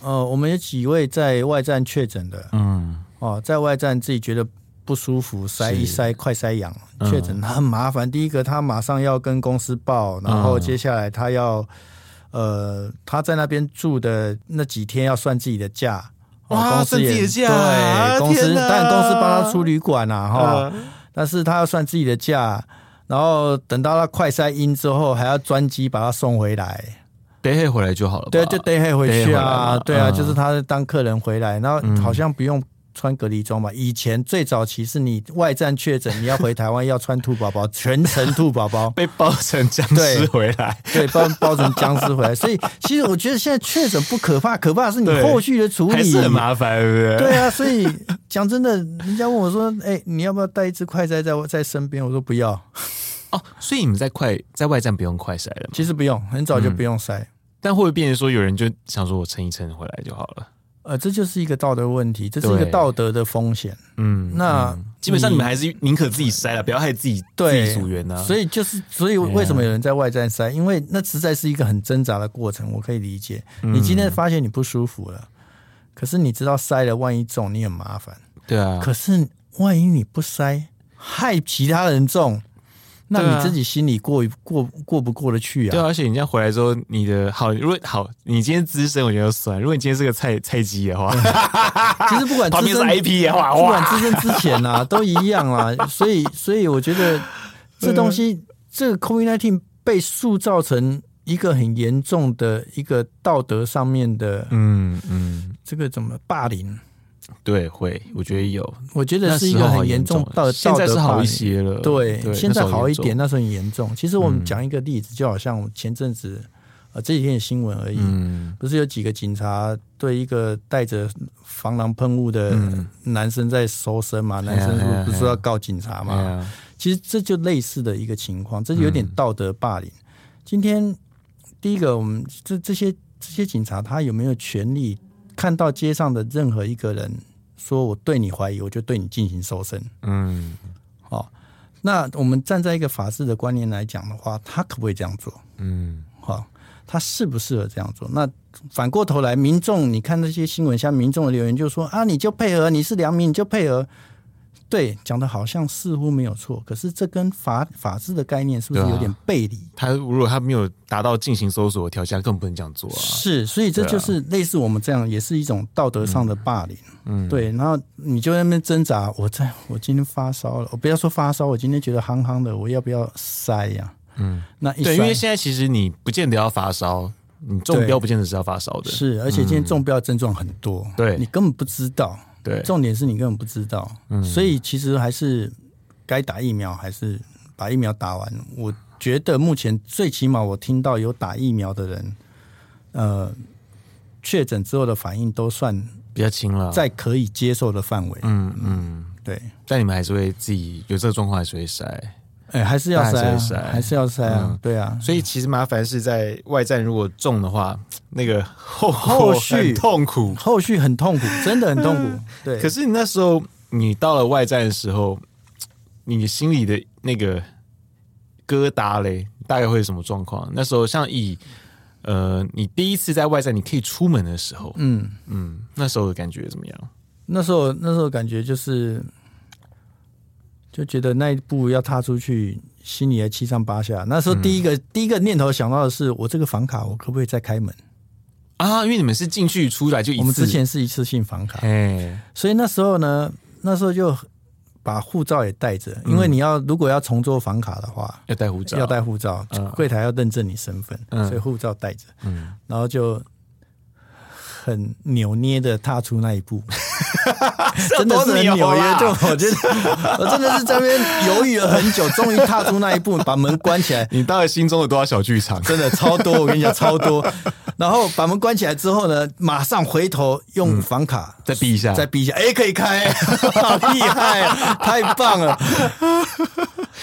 [SPEAKER 2] 呃，我们有几位在外站确诊的
[SPEAKER 1] 嗯，
[SPEAKER 2] 哦，在外站自己觉得。不舒服，筛一筛，快筛阳，
[SPEAKER 1] 嗯
[SPEAKER 2] 确诊很麻烦。第一个，他马上要跟公司报，然后
[SPEAKER 1] 嗯
[SPEAKER 2] 接下来他要呃，他在那边住的那几天要算自己的假，哦
[SPEAKER 1] 哇
[SPEAKER 2] 公司也
[SPEAKER 1] 算自己的假啊
[SPEAKER 2] 对，公
[SPEAKER 1] 天
[SPEAKER 2] 司
[SPEAKER 1] 哪
[SPEAKER 2] 当然公司帮他出旅馆啊，哈、
[SPEAKER 1] 哦，
[SPEAKER 2] 但是他要算自己的假，然后等到他快筛阴之后，还要专机把他送回来，
[SPEAKER 1] 等会回来就好了吧，
[SPEAKER 2] 对，就得黑回
[SPEAKER 1] 逮回
[SPEAKER 2] 去啊，
[SPEAKER 1] 来嘛
[SPEAKER 2] 对啊，
[SPEAKER 1] 嗯
[SPEAKER 2] 就是他当客人回来，然后好像不用穿隔离装吧。以前最早期是你外战确诊，你要回台湾要穿兔宝宝， 全程兔宝 宝，
[SPEAKER 1] 被包成僵尸
[SPEAKER 2] 对
[SPEAKER 1] 回来，
[SPEAKER 2] 对，包包成僵尸回来。所以其实我觉得现在确诊不可怕，可怕的是你
[SPEAKER 1] 对
[SPEAKER 2] 后续的处理
[SPEAKER 1] 还是很麻烦，对不对？
[SPEAKER 2] 对啊，所以讲真的，人家问我说：“哎、你要不要带一只快筛在我在身边？”我说：“不要，
[SPEAKER 1] 哦，所以你们在快在外站不用快筛了嘛，
[SPEAKER 2] 其实不用，很早
[SPEAKER 1] 嗯
[SPEAKER 2] 就不用筛。
[SPEAKER 1] 但会不会变成说有人就想说我撑一撑回来就好了？
[SPEAKER 2] 呃，这就是一个道德问题，这是一个
[SPEAKER 1] 对
[SPEAKER 2] 道德的风险。
[SPEAKER 1] 嗯，
[SPEAKER 2] 那
[SPEAKER 1] 基本上你们还是宁可自己筛了，不要害自己自
[SPEAKER 2] 对
[SPEAKER 1] 己组员啊呢。
[SPEAKER 2] 所以就是，所以为什么有人在外站塞？因为那实在是一个很挣扎的过程，我可以理解。
[SPEAKER 1] 嗯
[SPEAKER 2] 你今天发现你不舒服了，可是你知道塞了，万一中你很麻烦。
[SPEAKER 1] 对啊，
[SPEAKER 2] 可是万一你不塞，害其他人中，
[SPEAKER 1] 对
[SPEAKER 2] 那
[SPEAKER 1] 啊
[SPEAKER 2] 你自己心里过过过不过得去
[SPEAKER 1] 对
[SPEAKER 2] 啊？
[SPEAKER 1] 啊，而且你这样回来之后，你的好，如果好，你今天资深我觉得就算，如果你今天是个菜菜鸡的 话，
[SPEAKER 2] 其实不管
[SPEAKER 1] 旁
[SPEAKER 2] 资
[SPEAKER 1] 边是
[SPEAKER 2] 深
[SPEAKER 1] IP 的 话，
[SPEAKER 2] 不管
[SPEAKER 1] 哇，
[SPEAKER 2] 自身之前啊，都一样啊。所以， 所以我觉得这东
[SPEAKER 1] 嗯
[SPEAKER 2] 西，这个 COVID-19 被塑造成一个很严重的一个道德上面的
[SPEAKER 1] 嗯嗯，
[SPEAKER 2] 这个怎么霸凌，
[SPEAKER 1] 对，会，我觉得有，
[SPEAKER 2] 我觉
[SPEAKER 1] 那
[SPEAKER 2] 得是一
[SPEAKER 1] 时
[SPEAKER 2] 个
[SPEAKER 1] 候好
[SPEAKER 2] 很严重道
[SPEAKER 1] 了现
[SPEAKER 2] 道
[SPEAKER 1] 在
[SPEAKER 2] 德
[SPEAKER 1] 是
[SPEAKER 2] 霸
[SPEAKER 1] 好一
[SPEAKER 2] 凌。
[SPEAKER 1] 些了，
[SPEAKER 2] 对，现在好一点，，
[SPEAKER 1] 那时
[SPEAKER 2] 那时候很严
[SPEAKER 1] 嗯
[SPEAKER 2] 重。其实我们讲一个例子，就好像我们前阵子呃这几天的新闻而已，
[SPEAKER 1] 候严重嗯，
[SPEAKER 2] 不是有几个警察对一个带着防狼喷雾的
[SPEAKER 1] 嗯
[SPEAKER 2] 男生在搜身嘛？男生
[SPEAKER 1] 哎呀哎呀
[SPEAKER 2] 是不是要告警察嘛？
[SPEAKER 1] 哎呀
[SPEAKER 2] 其实这就类似的一个情况，这有点道德霸凌。今天第一个，我们这这些这些警察他有没有权利看到街上的任何一个人，说我对你怀疑，我就对你进行搜身？
[SPEAKER 1] 嗯，
[SPEAKER 2] 哦，那我们站在一个法治的观念来讲的话，他可不可以这样做？
[SPEAKER 1] 嗯，
[SPEAKER 2] 哈、他适不适合这样做？那反过头来，民众你看那些新闻下民众的留言，就说啊，你就配合，你是良民，你就配合。对，讲的好像似乎没有错，可是这跟法法治的概念是不是
[SPEAKER 1] 对啊
[SPEAKER 2] 有点背离？
[SPEAKER 1] 他如果他没有达到进行搜索的条件，他根本不能这样做啊，
[SPEAKER 2] 是，所以这
[SPEAKER 1] 对啊
[SPEAKER 2] 就是类似我们这样，也是一种道德上的霸凌。嗯，对。然后你就在那边挣扎，我在我今天发烧了，我不要说发烧，我今天觉得夯夯的，我要不要塞呀、嗯，那一
[SPEAKER 1] 对，因为
[SPEAKER 2] 塞
[SPEAKER 1] 现在其实你不见得要发烧，你中标不见得是要发烧的，
[SPEAKER 2] 是，而且今天中标的症状很多，
[SPEAKER 1] 对
[SPEAKER 2] 你根本不知道。
[SPEAKER 1] 对，嗯
[SPEAKER 2] 重点是你根本不知道，所以其实还是该打疫苗，还是把疫苗打完。我觉得目前最起码我听到有打疫苗的人，呃，确诊之后的反应都算
[SPEAKER 1] 比较轻了，
[SPEAKER 2] 在可以接受的范围。
[SPEAKER 1] 嗯嗯，
[SPEAKER 2] 对，
[SPEAKER 1] 但你们还是会自己有这个状况还是会筛。
[SPEAKER 2] 哎，还是要
[SPEAKER 1] 那还是
[SPEAKER 2] 筛
[SPEAKER 1] 要嗯筛
[SPEAKER 2] 啊，还是要筛啊，对啊。
[SPEAKER 1] 所以其实麻烦是在外战如果中的话，那个后
[SPEAKER 2] 后续
[SPEAKER 1] 很痛苦。
[SPEAKER 2] 后续 很痛苦，真的很痛苦。对，
[SPEAKER 1] 可是你那时候你到了外战的时候，你心里的那个疙瘩嘞，大概会是什么状况？那时候像以呃，你第一次在外战你可以出门的时候，
[SPEAKER 2] 嗯，
[SPEAKER 1] 嗯，那时候的感觉怎么样？
[SPEAKER 2] 那时候那时候感觉就是，就觉得那一步要踏出去，心里也七上八下。那时候
[SPEAKER 1] 嗯
[SPEAKER 2] 第一个、第一个念头想到的是，我这个房卡我可不可以再开门？
[SPEAKER 1] 啊，因为你们是进去出来就一次，
[SPEAKER 2] 我们之前是一次性房卡，
[SPEAKER 1] 哎，
[SPEAKER 2] 所以那时候呢，那时候就把护照也带着，因为
[SPEAKER 1] 嗯
[SPEAKER 2] 你要如果要重做房卡的话，
[SPEAKER 1] 要带护照，
[SPEAKER 2] 要带护照
[SPEAKER 1] 嗯，
[SPEAKER 2] 柜台要认证你身份，
[SPEAKER 1] 嗯
[SPEAKER 2] 所以护照带着，
[SPEAKER 1] 嗯
[SPEAKER 2] 然后就。很扭捏的踏出那 一步，真的是很
[SPEAKER 1] 有啊
[SPEAKER 2] 纽约
[SPEAKER 1] 啦，
[SPEAKER 2] 就我觉得我真的是在那边犹豫了很久，终于踏出那一步，把门关起来，
[SPEAKER 1] 你到底心中有多少小剧场？
[SPEAKER 2] 真的超多，我跟你讲超多。然后把门关起来之后呢，马上回头
[SPEAKER 1] 嗯
[SPEAKER 2] 用房卡、
[SPEAKER 1] 再避一下，
[SPEAKER 2] 再逼一下，哎、可以开、 好厉害、太棒了。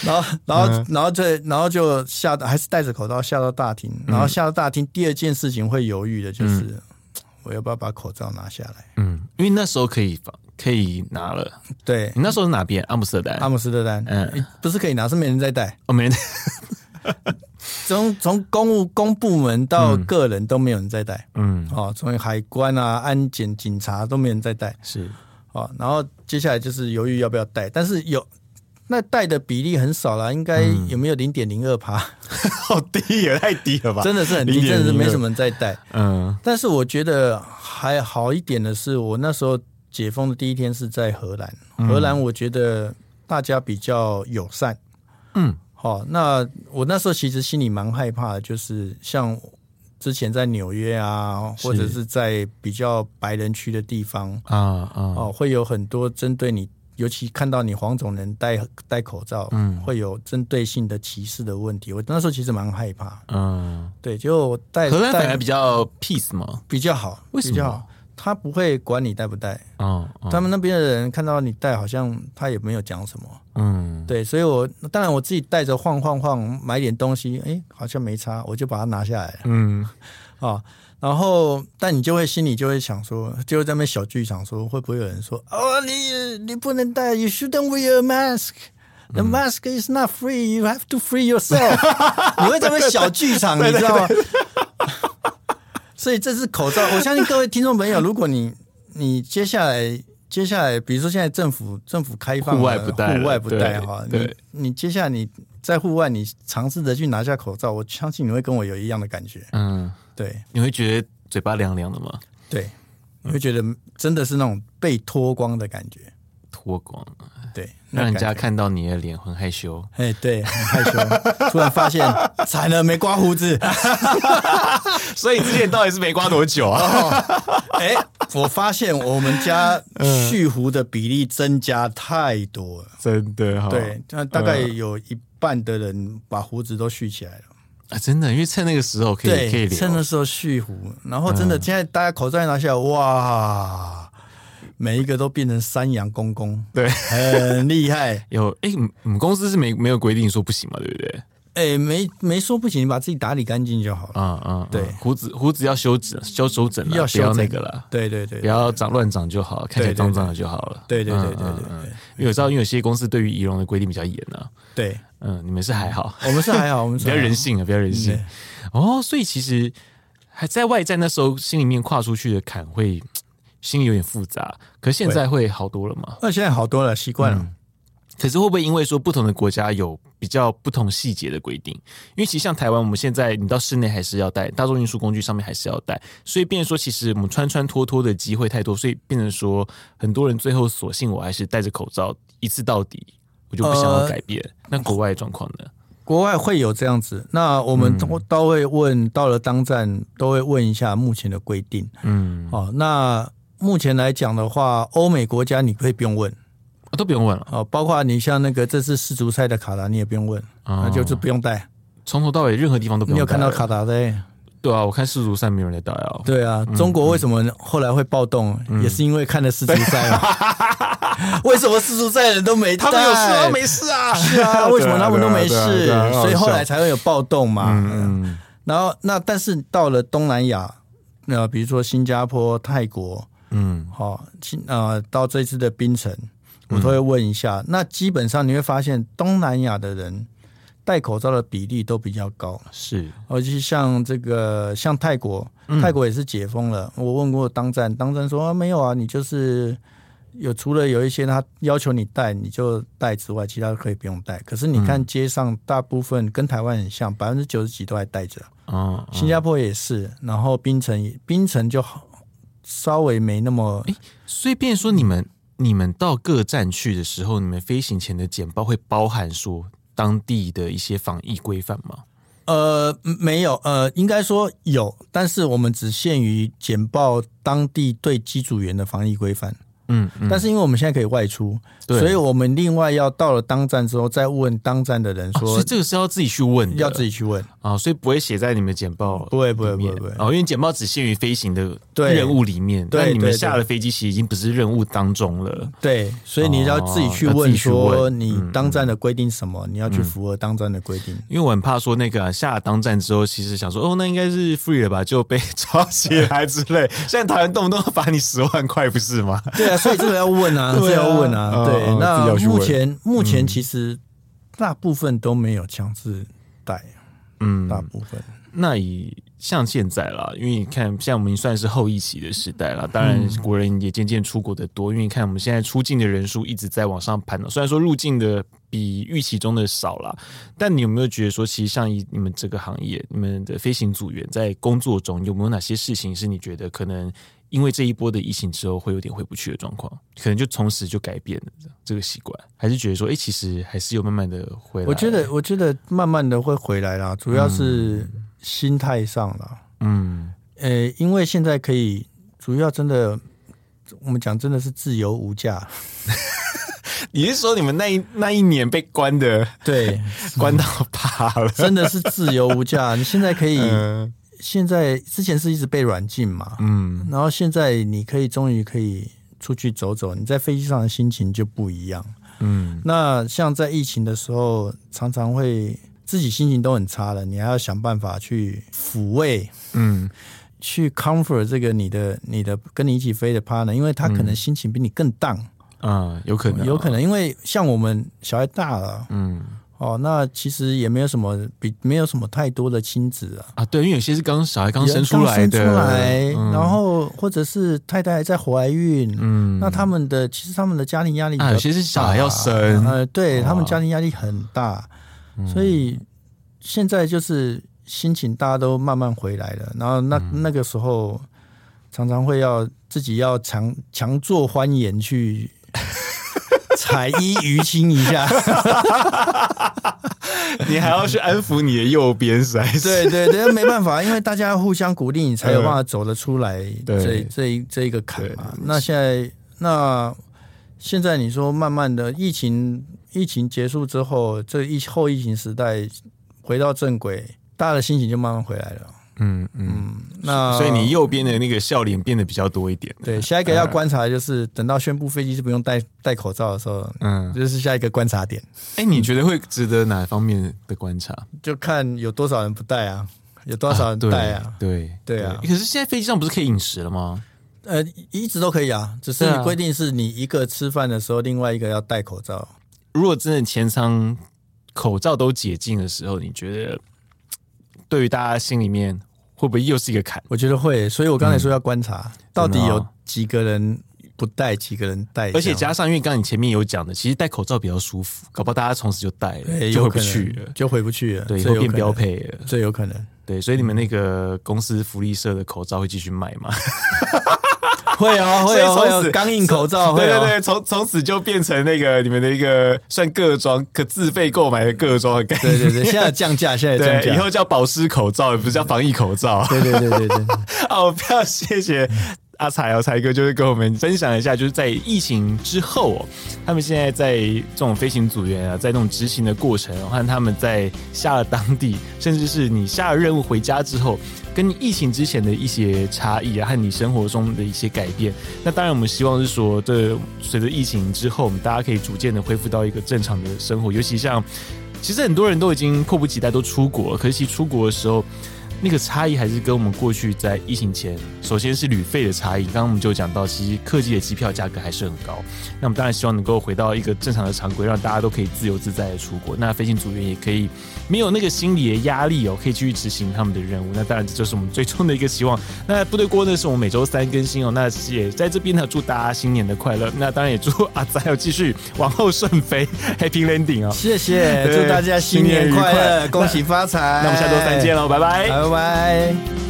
[SPEAKER 2] 然后，然后，然后这，然后就下到，还是戴着口罩下到大厅，然后下到大厅，第二件事情会犹豫的就是，我要不要把口罩拿下来？
[SPEAKER 1] 嗯，因为那时候可以放可以拿了。
[SPEAKER 2] 对，
[SPEAKER 1] 你那时候是哪边？阿姆斯特丹？
[SPEAKER 2] 阿姆斯特丹，
[SPEAKER 1] 嗯
[SPEAKER 2] 不是可以拿，是没人在戴。
[SPEAKER 1] 哦，没，
[SPEAKER 2] 从从公务公部门到个人都没有人在戴，
[SPEAKER 1] 嗯，
[SPEAKER 2] 哦，从海关啊、安检、警察都没人在戴，
[SPEAKER 1] 是，
[SPEAKER 2] 哦，然后接下来就是犹豫要不要戴，但是有那戴的比例很少啦，应该
[SPEAKER 1] 嗯
[SPEAKER 2] 有没有零点零二趴？
[SPEAKER 1] 好低也太低了吧
[SPEAKER 2] 真的是很低，真的是没什
[SPEAKER 1] 么。
[SPEAKER 2] 么人在戴。
[SPEAKER 1] 嗯
[SPEAKER 2] 但是我觉得还好一点的是，我那时候解封的第一天是在荷兰，荷兰我觉得大家比较友善。哦
[SPEAKER 1] 嗯，
[SPEAKER 2] 好、那我那时候其实心里蛮害怕的，就是像之前在纽约啊，
[SPEAKER 1] 是
[SPEAKER 2] 或者是在比较白人区的地方
[SPEAKER 1] 啊啊，
[SPEAKER 2] 哦，会有很多针对你，尤其看到你黄种人戴戴口罩，
[SPEAKER 1] 嗯
[SPEAKER 2] 会有针对性的歧视的问题。我那时候其实蛮害怕，
[SPEAKER 1] 嗯，
[SPEAKER 2] 对，就戴
[SPEAKER 1] 荷兰反
[SPEAKER 2] 戴
[SPEAKER 1] 而比较 peace 嘛，
[SPEAKER 2] 比较好，
[SPEAKER 1] 为什么
[SPEAKER 2] 比较好他不会管你戴不戴，
[SPEAKER 1] 啊，啊
[SPEAKER 2] 他们那边的人看到你戴，好像他也没有讲什么。
[SPEAKER 1] 嗯，
[SPEAKER 2] 对，所以我当然我自己带着晃晃晃，买点东西，哎，好像没差，我就把它拿下来了
[SPEAKER 1] 嗯，
[SPEAKER 2] 啊、然后，但你就会心里就会想说，就会在那边小剧场说，会不会有人说，哦，你你不能戴，you shouldn't wear a mask。The
[SPEAKER 1] 嗯
[SPEAKER 2] mask is not free. You have to free yourself. 你会在那边小剧场，你知道吗？所以这是口罩。我相信各位听众朋友，如果你你接下来接下来，比如说现在政府政府开放了
[SPEAKER 1] 户外不戴了
[SPEAKER 2] 户外不戴
[SPEAKER 1] 对
[SPEAKER 2] 哈，你
[SPEAKER 1] 对
[SPEAKER 2] 你接下来你在户外，你尝试着去拿下口罩，我相信你会跟我有一样的感觉。
[SPEAKER 1] 嗯，
[SPEAKER 2] 对
[SPEAKER 1] 你会觉得嘴巴凉凉的吗？
[SPEAKER 2] 对，你会觉得真的是那种被脱光的感觉。
[SPEAKER 1] 脱光，
[SPEAKER 2] 对，那
[SPEAKER 1] 让人
[SPEAKER 2] 感
[SPEAKER 1] 家
[SPEAKER 2] 觉
[SPEAKER 1] 看到你的脸，很害 羞。
[SPEAKER 2] 哎，对，很害羞， 突然发现惨了，没刮胡子。
[SPEAKER 1] 所以之前到底是没刮多久啊？
[SPEAKER 2] 哎，我发现我们家
[SPEAKER 1] 嗯
[SPEAKER 2] 蓄胡的比例增加太多了。
[SPEAKER 1] 真的哈，
[SPEAKER 2] 对，那大概有一半的人把胡子都蓄起来了。
[SPEAKER 1] 啊，真的，因为趁那个时候可以可嗯以
[SPEAKER 2] 对，
[SPEAKER 1] 聊，
[SPEAKER 2] 趁那时候蓄胡，然后真的现在大家口罩一拿下来，哇，每一个都变成山羊公公，
[SPEAKER 1] 对，
[SPEAKER 2] 很厉害。
[SPEAKER 1] 有哎，你你们公司是没没有规定说不行嘛，对不对？
[SPEAKER 2] 哎，没没说不行，你把自己打理干净就好了。
[SPEAKER 1] 啊啊，
[SPEAKER 2] 对
[SPEAKER 1] 啊胡子胡子要修整，修手整了，
[SPEAKER 2] 要
[SPEAKER 1] 不
[SPEAKER 2] 修
[SPEAKER 1] 要
[SPEAKER 2] 整
[SPEAKER 1] 那个了。
[SPEAKER 2] 对对对
[SPEAKER 1] 不，要长乱长就好，看起来脏脏的就好了。
[SPEAKER 2] 对对对对
[SPEAKER 1] 嗯嗯
[SPEAKER 2] 对
[SPEAKER 1] 嗯因为我知道，因为有些公司对于仪容的规定比较严啊。
[SPEAKER 2] 对，
[SPEAKER 1] 嗯，你们是还好，
[SPEAKER 2] 我们是还好，我们
[SPEAKER 1] 比
[SPEAKER 2] 是
[SPEAKER 1] 较
[SPEAKER 2] 还好
[SPEAKER 1] 人。性啊，比较人性
[SPEAKER 2] 对。
[SPEAKER 1] 哦，所以其实还在外战那时候，心里面跨出去的坎会心里有点复杂，可是现在会好多了嘛？
[SPEAKER 2] 那现在好多了，习惯了。
[SPEAKER 1] 嗯可是会不会因为说不同的国家有比较不同细节的规定？因为其实像台湾，我们现在你到室内还是要戴，大众运输工具上面还是要戴，所以变成说，其实我们穿穿脱脱的机会太多，所以变成说，很多人最后索性我还是戴着口罩一次到底，我就不想要改变。那国外的状况呢？
[SPEAKER 2] 国外会有这样子，那我
[SPEAKER 1] 嗯
[SPEAKER 2] 们都都会问，到了当站都会问一下目前的规定。
[SPEAKER 1] 嗯，
[SPEAKER 2] 哦，那目前来讲的话，欧美国家你可以不用问
[SPEAKER 1] 啊都不用问了，
[SPEAKER 2] 哦，包括你像那个这次世足赛的卡达，你也不用问，
[SPEAKER 1] 哦
[SPEAKER 2] 那就是不用带。
[SPEAKER 1] 从头到尾任何地方都不
[SPEAKER 2] 你
[SPEAKER 1] 用戴
[SPEAKER 2] 有
[SPEAKER 1] 了。
[SPEAKER 2] 看到卡达的？
[SPEAKER 1] 对啊，我看世足赛没有人在戴啊。
[SPEAKER 2] 对啊，中国为什么后来会暴动，也是因为看了世足赛嘛。 为什么世足赛的人都没带？
[SPEAKER 1] 事啊？
[SPEAKER 2] 是 啊，为什么他们都没
[SPEAKER 1] 对啊对啊
[SPEAKER 2] 事
[SPEAKER 1] 对啊对啊？
[SPEAKER 2] 所以后来才会有暴动嘛。
[SPEAKER 1] 嗯
[SPEAKER 2] 然后那但是到了东南亚，那、比如说新加坡、泰国，
[SPEAKER 1] 嗯
[SPEAKER 2] 哦，新呃到这次的槟城，我都会问一下。那基本上你会发现，东南亚的人戴口罩的比例都比较高，
[SPEAKER 1] 是
[SPEAKER 2] 而且哦像这个像泰国，泰国也是解封了。我问过当站，当站说、啊、没有啊，你就是。有除了有一些他要求你戴你就戴之外，其他都可以不用戴。可是你看街上大部分跟台湾很像，百分之九十几都还戴着。
[SPEAKER 1] 哦，
[SPEAKER 2] 新加坡也是，然后槟城也槟城就好，稍微没那么
[SPEAKER 1] 所以，变成说你们你们到各站去的时候，你们飞行前的简报会包含说当地的一些防疫规范吗？
[SPEAKER 2] 呃没有呃，应该说有，但是我们只限于简报当地对机组员的防疫规范。
[SPEAKER 1] 嗯，
[SPEAKER 2] 但是因为我们现在可以外出，
[SPEAKER 1] 对
[SPEAKER 2] 所以我们另外要到了当站之后再问当站的人
[SPEAKER 1] 啊所
[SPEAKER 2] 说
[SPEAKER 1] 以，这个哦是要自己去问的，
[SPEAKER 2] 要自己去问。
[SPEAKER 1] 啊、所以不会写在你们简报
[SPEAKER 2] 不会不会
[SPEAKER 1] 里面
[SPEAKER 2] 不会不
[SPEAKER 1] 哦，因为简报只限于飞行的
[SPEAKER 2] 对
[SPEAKER 1] 任务里面，
[SPEAKER 2] 对
[SPEAKER 1] 但你们
[SPEAKER 2] 对对
[SPEAKER 1] 下了飞机其实已经不是任务当中了。
[SPEAKER 2] 对，所以你要自己去
[SPEAKER 1] 哦要自
[SPEAKER 2] 问
[SPEAKER 1] 己去
[SPEAKER 2] 说
[SPEAKER 1] 问嗯
[SPEAKER 2] 你当站的规定什么，你要去符合当站的规定。
[SPEAKER 1] 因为我很怕说那个、啊、下了当站之后，其实想说哦，那应该是 free 了吧，就被 抓起来之类。现在台湾动不动罚你十万块，不是吗？
[SPEAKER 2] 对啊，所以这个要问啊，这
[SPEAKER 1] 对啊
[SPEAKER 2] 个要问啊。
[SPEAKER 1] 哦
[SPEAKER 2] 对，
[SPEAKER 1] 哦自己要去
[SPEAKER 2] 那
[SPEAKER 1] 问
[SPEAKER 2] 目前目前其实大部分都没有强制带，
[SPEAKER 1] 嗯，
[SPEAKER 2] 大部分
[SPEAKER 1] 那以像现在啦，因为你看，现在我们算是后疫情的时代啦，当然国人也渐渐出国的多，因为你看我们现在出境的人数一直在往上攀了，虽然说入境的比预期中的少啦，但你有没有觉得说，其实像以你们这个行业，你们的飞行组员在工作中有没有哪些事情是你觉得可能因为这一波的疫情之后会有点回不去的状况，可能就从此就改变了这样这个习惯，还是觉得说，哎、其实还是有慢慢的回来？
[SPEAKER 2] 我觉得我觉得慢慢的会回来啦，主要是心态上啦。
[SPEAKER 1] 嗯，
[SPEAKER 2] 呃，因为现在可以，主要真的，我们讲真的是自由无价，
[SPEAKER 1] 你是说你们那一那一年被关的
[SPEAKER 2] 对，
[SPEAKER 1] 关到怕了？
[SPEAKER 2] 真的是自由 无价。你现在可以，
[SPEAKER 1] 嗯
[SPEAKER 2] 现在之前是一直被软禁嘛，
[SPEAKER 1] 嗯
[SPEAKER 2] 然后现在你可以终于可以出去走走，你在飞机上的心情就不一样。
[SPEAKER 1] 嗯
[SPEAKER 2] 那像在疫情的时候，常常会自己心情都很差了，你还要想办法去抚慰、
[SPEAKER 1] 嗯
[SPEAKER 2] 去 comfort 这个你的、你的跟你一起飞的 partner，因为他可能心情比你更 down，、
[SPEAKER 1] 嗯啊，有可能，
[SPEAKER 2] 有可能因为像我们小孩大了
[SPEAKER 1] 嗯
[SPEAKER 2] 哦，那其实也没有什么比没有什么太多的亲子啊，
[SPEAKER 1] 啊，对，因为有些是刚小孩刚生出
[SPEAKER 2] 刚
[SPEAKER 1] 来的，
[SPEAKER 2] 出来
[SPEAKER 1] 嗯
[SPEAKER 2] 然后或者是太太还在怀孕，
[SPEAKER 1] 嗯，
[SPEAKER 2] 那他们的其实他们的家庭压力比较
[SPEAKER 1] 啊，有些是小孩要生，
[SPEAKER 2] 呃，对
[SPEAKER 1] 哇嗯
[SPEAKER 2] 他们家庭压力很大，所以现在就是心情大家都慢慢回来了，然后那、
[SPEAKER 1] 嗯
[SPEAKER 2] 那个时候常常会要自己要强强做欢颜去采衣娱亲一 下，
[SPEAKER 1] 你还要去安抚你的右边，是还是？
[SPEAKER 2] 对对对，没办法，因为大家互相鼓励，你才有办法走得出来
[SPEAKER 1] 对
[SPEAKER 2] 这这一这一个坎嘛
[SPEAKER 1] 对。
[SPEAKER 2] 那现在那现在你说慢慢的疫情疫情结束之后，这疫后疫情时代回到正轨，大家的心情就慢慢回来了。
[SPEAKER 1] 嗯嗯，
[SPEAKER 2] 那
[SPEAKER 1] 所以你右边的那个笑脸变得比较多一点，
[SPEAKER 2] 对下一个要观察的就是，等到宣布飞机是不用戴戴口罩的时候，
[SPEAKER 1] 嗯，
[SPEAKER 2] 这是下一个观察点，
[SPEAKER 1] 哎、你觉得会值得哪方面的观察？
[SPEAKER 2] 就看有多少人不戴啊，有多少人戴啊
[SPEAKER 1] 对
[SPEAKER 2] 对啊
[SPEAKER 1] 可是现在飞机上不是可以饮食了吗？
[SPEAKER 2] 呃，一直都可以啊，只是
[SPEAKER 1] 对啊
[SPEAKER 2] 规定是你一个吃饭的时候，另外一个要戴口罩。
[SPEAKER 1] 如果真的前舱口罩都解禁的时候，你觉得对于大家心里面会不会又是一个坎？
[SPEAKER 2] 我觉得会，所以我刚才说要观察、到底
[SPEAKER 1] 真的哦
[SPEAKER 2] 有几个人不戴，几个人哎戴这样，
[SPEAKER 1] 而且加上，因为刚刚你前面有讲的，其实戴口罩比较舒服，搞不好大家从此就戴了，
[SPEAKER 2] 对
[SPEAKER 1] 就
[SPEAKER 2] 哎有
[SPEAKER 1] 回不
[SPEAKER 2] 可能
[SPEAKER 1] 去了，
[SPEAKER 2] 就回不去了，
[SPEAKER 1] 对，
[SPEAKER 2] 这
[SPEAKER 1] 会
[SPEAKER 2] 有
[SPEAKER 1] 变
[SPEAKER 2] 可能
[SPEAKER 1] 标，配了。
[SPEAKER 2] 这有 可能
[SPEAKER 1] 对，所以你们那个公司福利社的口罩会继续卖 吗？
[SPEAKER 2] 会 哦，会哦，
[SPEAKER 1] 所以
[SPEAKER 2] 会
[SPEAKER 1] 从此
[SPEAKER 2] 哦，钢印口罩会
[SPEAKER 1] 对对
[SPEAKER 2] 哦，
[SPEAKER 1] 对，从从此就变成那个你们的一个算个装可自费购买的个装的概念。
[SPEAKER 2] 对对对，现在有降价，现在有降
[SPEAKER 1] 对，以
[SPEAKER 2] 价，
[SPEAKER 1] 后叫保湿口罩，也不是叫防疫口罩。
[SPEAKER 2] 对对对对对，
[SPEAKER 1] 哦，非常谢谢阿才哦，才哥，就是跟我们分享一下，就是在疫情之后、哦，他们现在在这种飞行组员啊，在那种执行的过程、哦，和他们在下了当地，甚至是你下了任务回家之后，跟你疫情之前的一些差异啊，和你生活中的一些改变。那当然，我们希望是说，这随着疫情之后，我们大家可以逐渐的恢复到一个正常的生活，尤其像。其实很多人都已经迫不及待都出国了，可是其实出国的时候，那个差异还是跟我们过去在疫情前，首先是旅费的差异。刚刚我们就讲到，其实客机的机票价格还是很高。那我们当然希望能够回到一个正常的常规，让大家都可以自由自在的出国。那飞行组员也可以没有那个心理的压力哦，可以继续执行他们的任务。那当然，这就是我们最终的一个期望。那部队锅呢，是我们每周三更新哦。那也在这边呢，祝大家新年的快乐。那当然也祝阿仔要继续往后顺飞，Happy Landing 哦。
[SPEAKER 2] 谢 谢，
[SPEAKER 1] 对
[SPEAKER 2] 祝大家新
[SPEAKER 1] 新年
[SPEAKER 2] 年
[SPEAKER 1] 愉快
[SPEAKER 2] 快乐，
[SPEAKER 1] 那
[SPEAKER 2] 恭喜发财，
[SPEAKER 1] 哦那我们下周三见，喽，拜拜
[SPEAKER 2] 拜拜。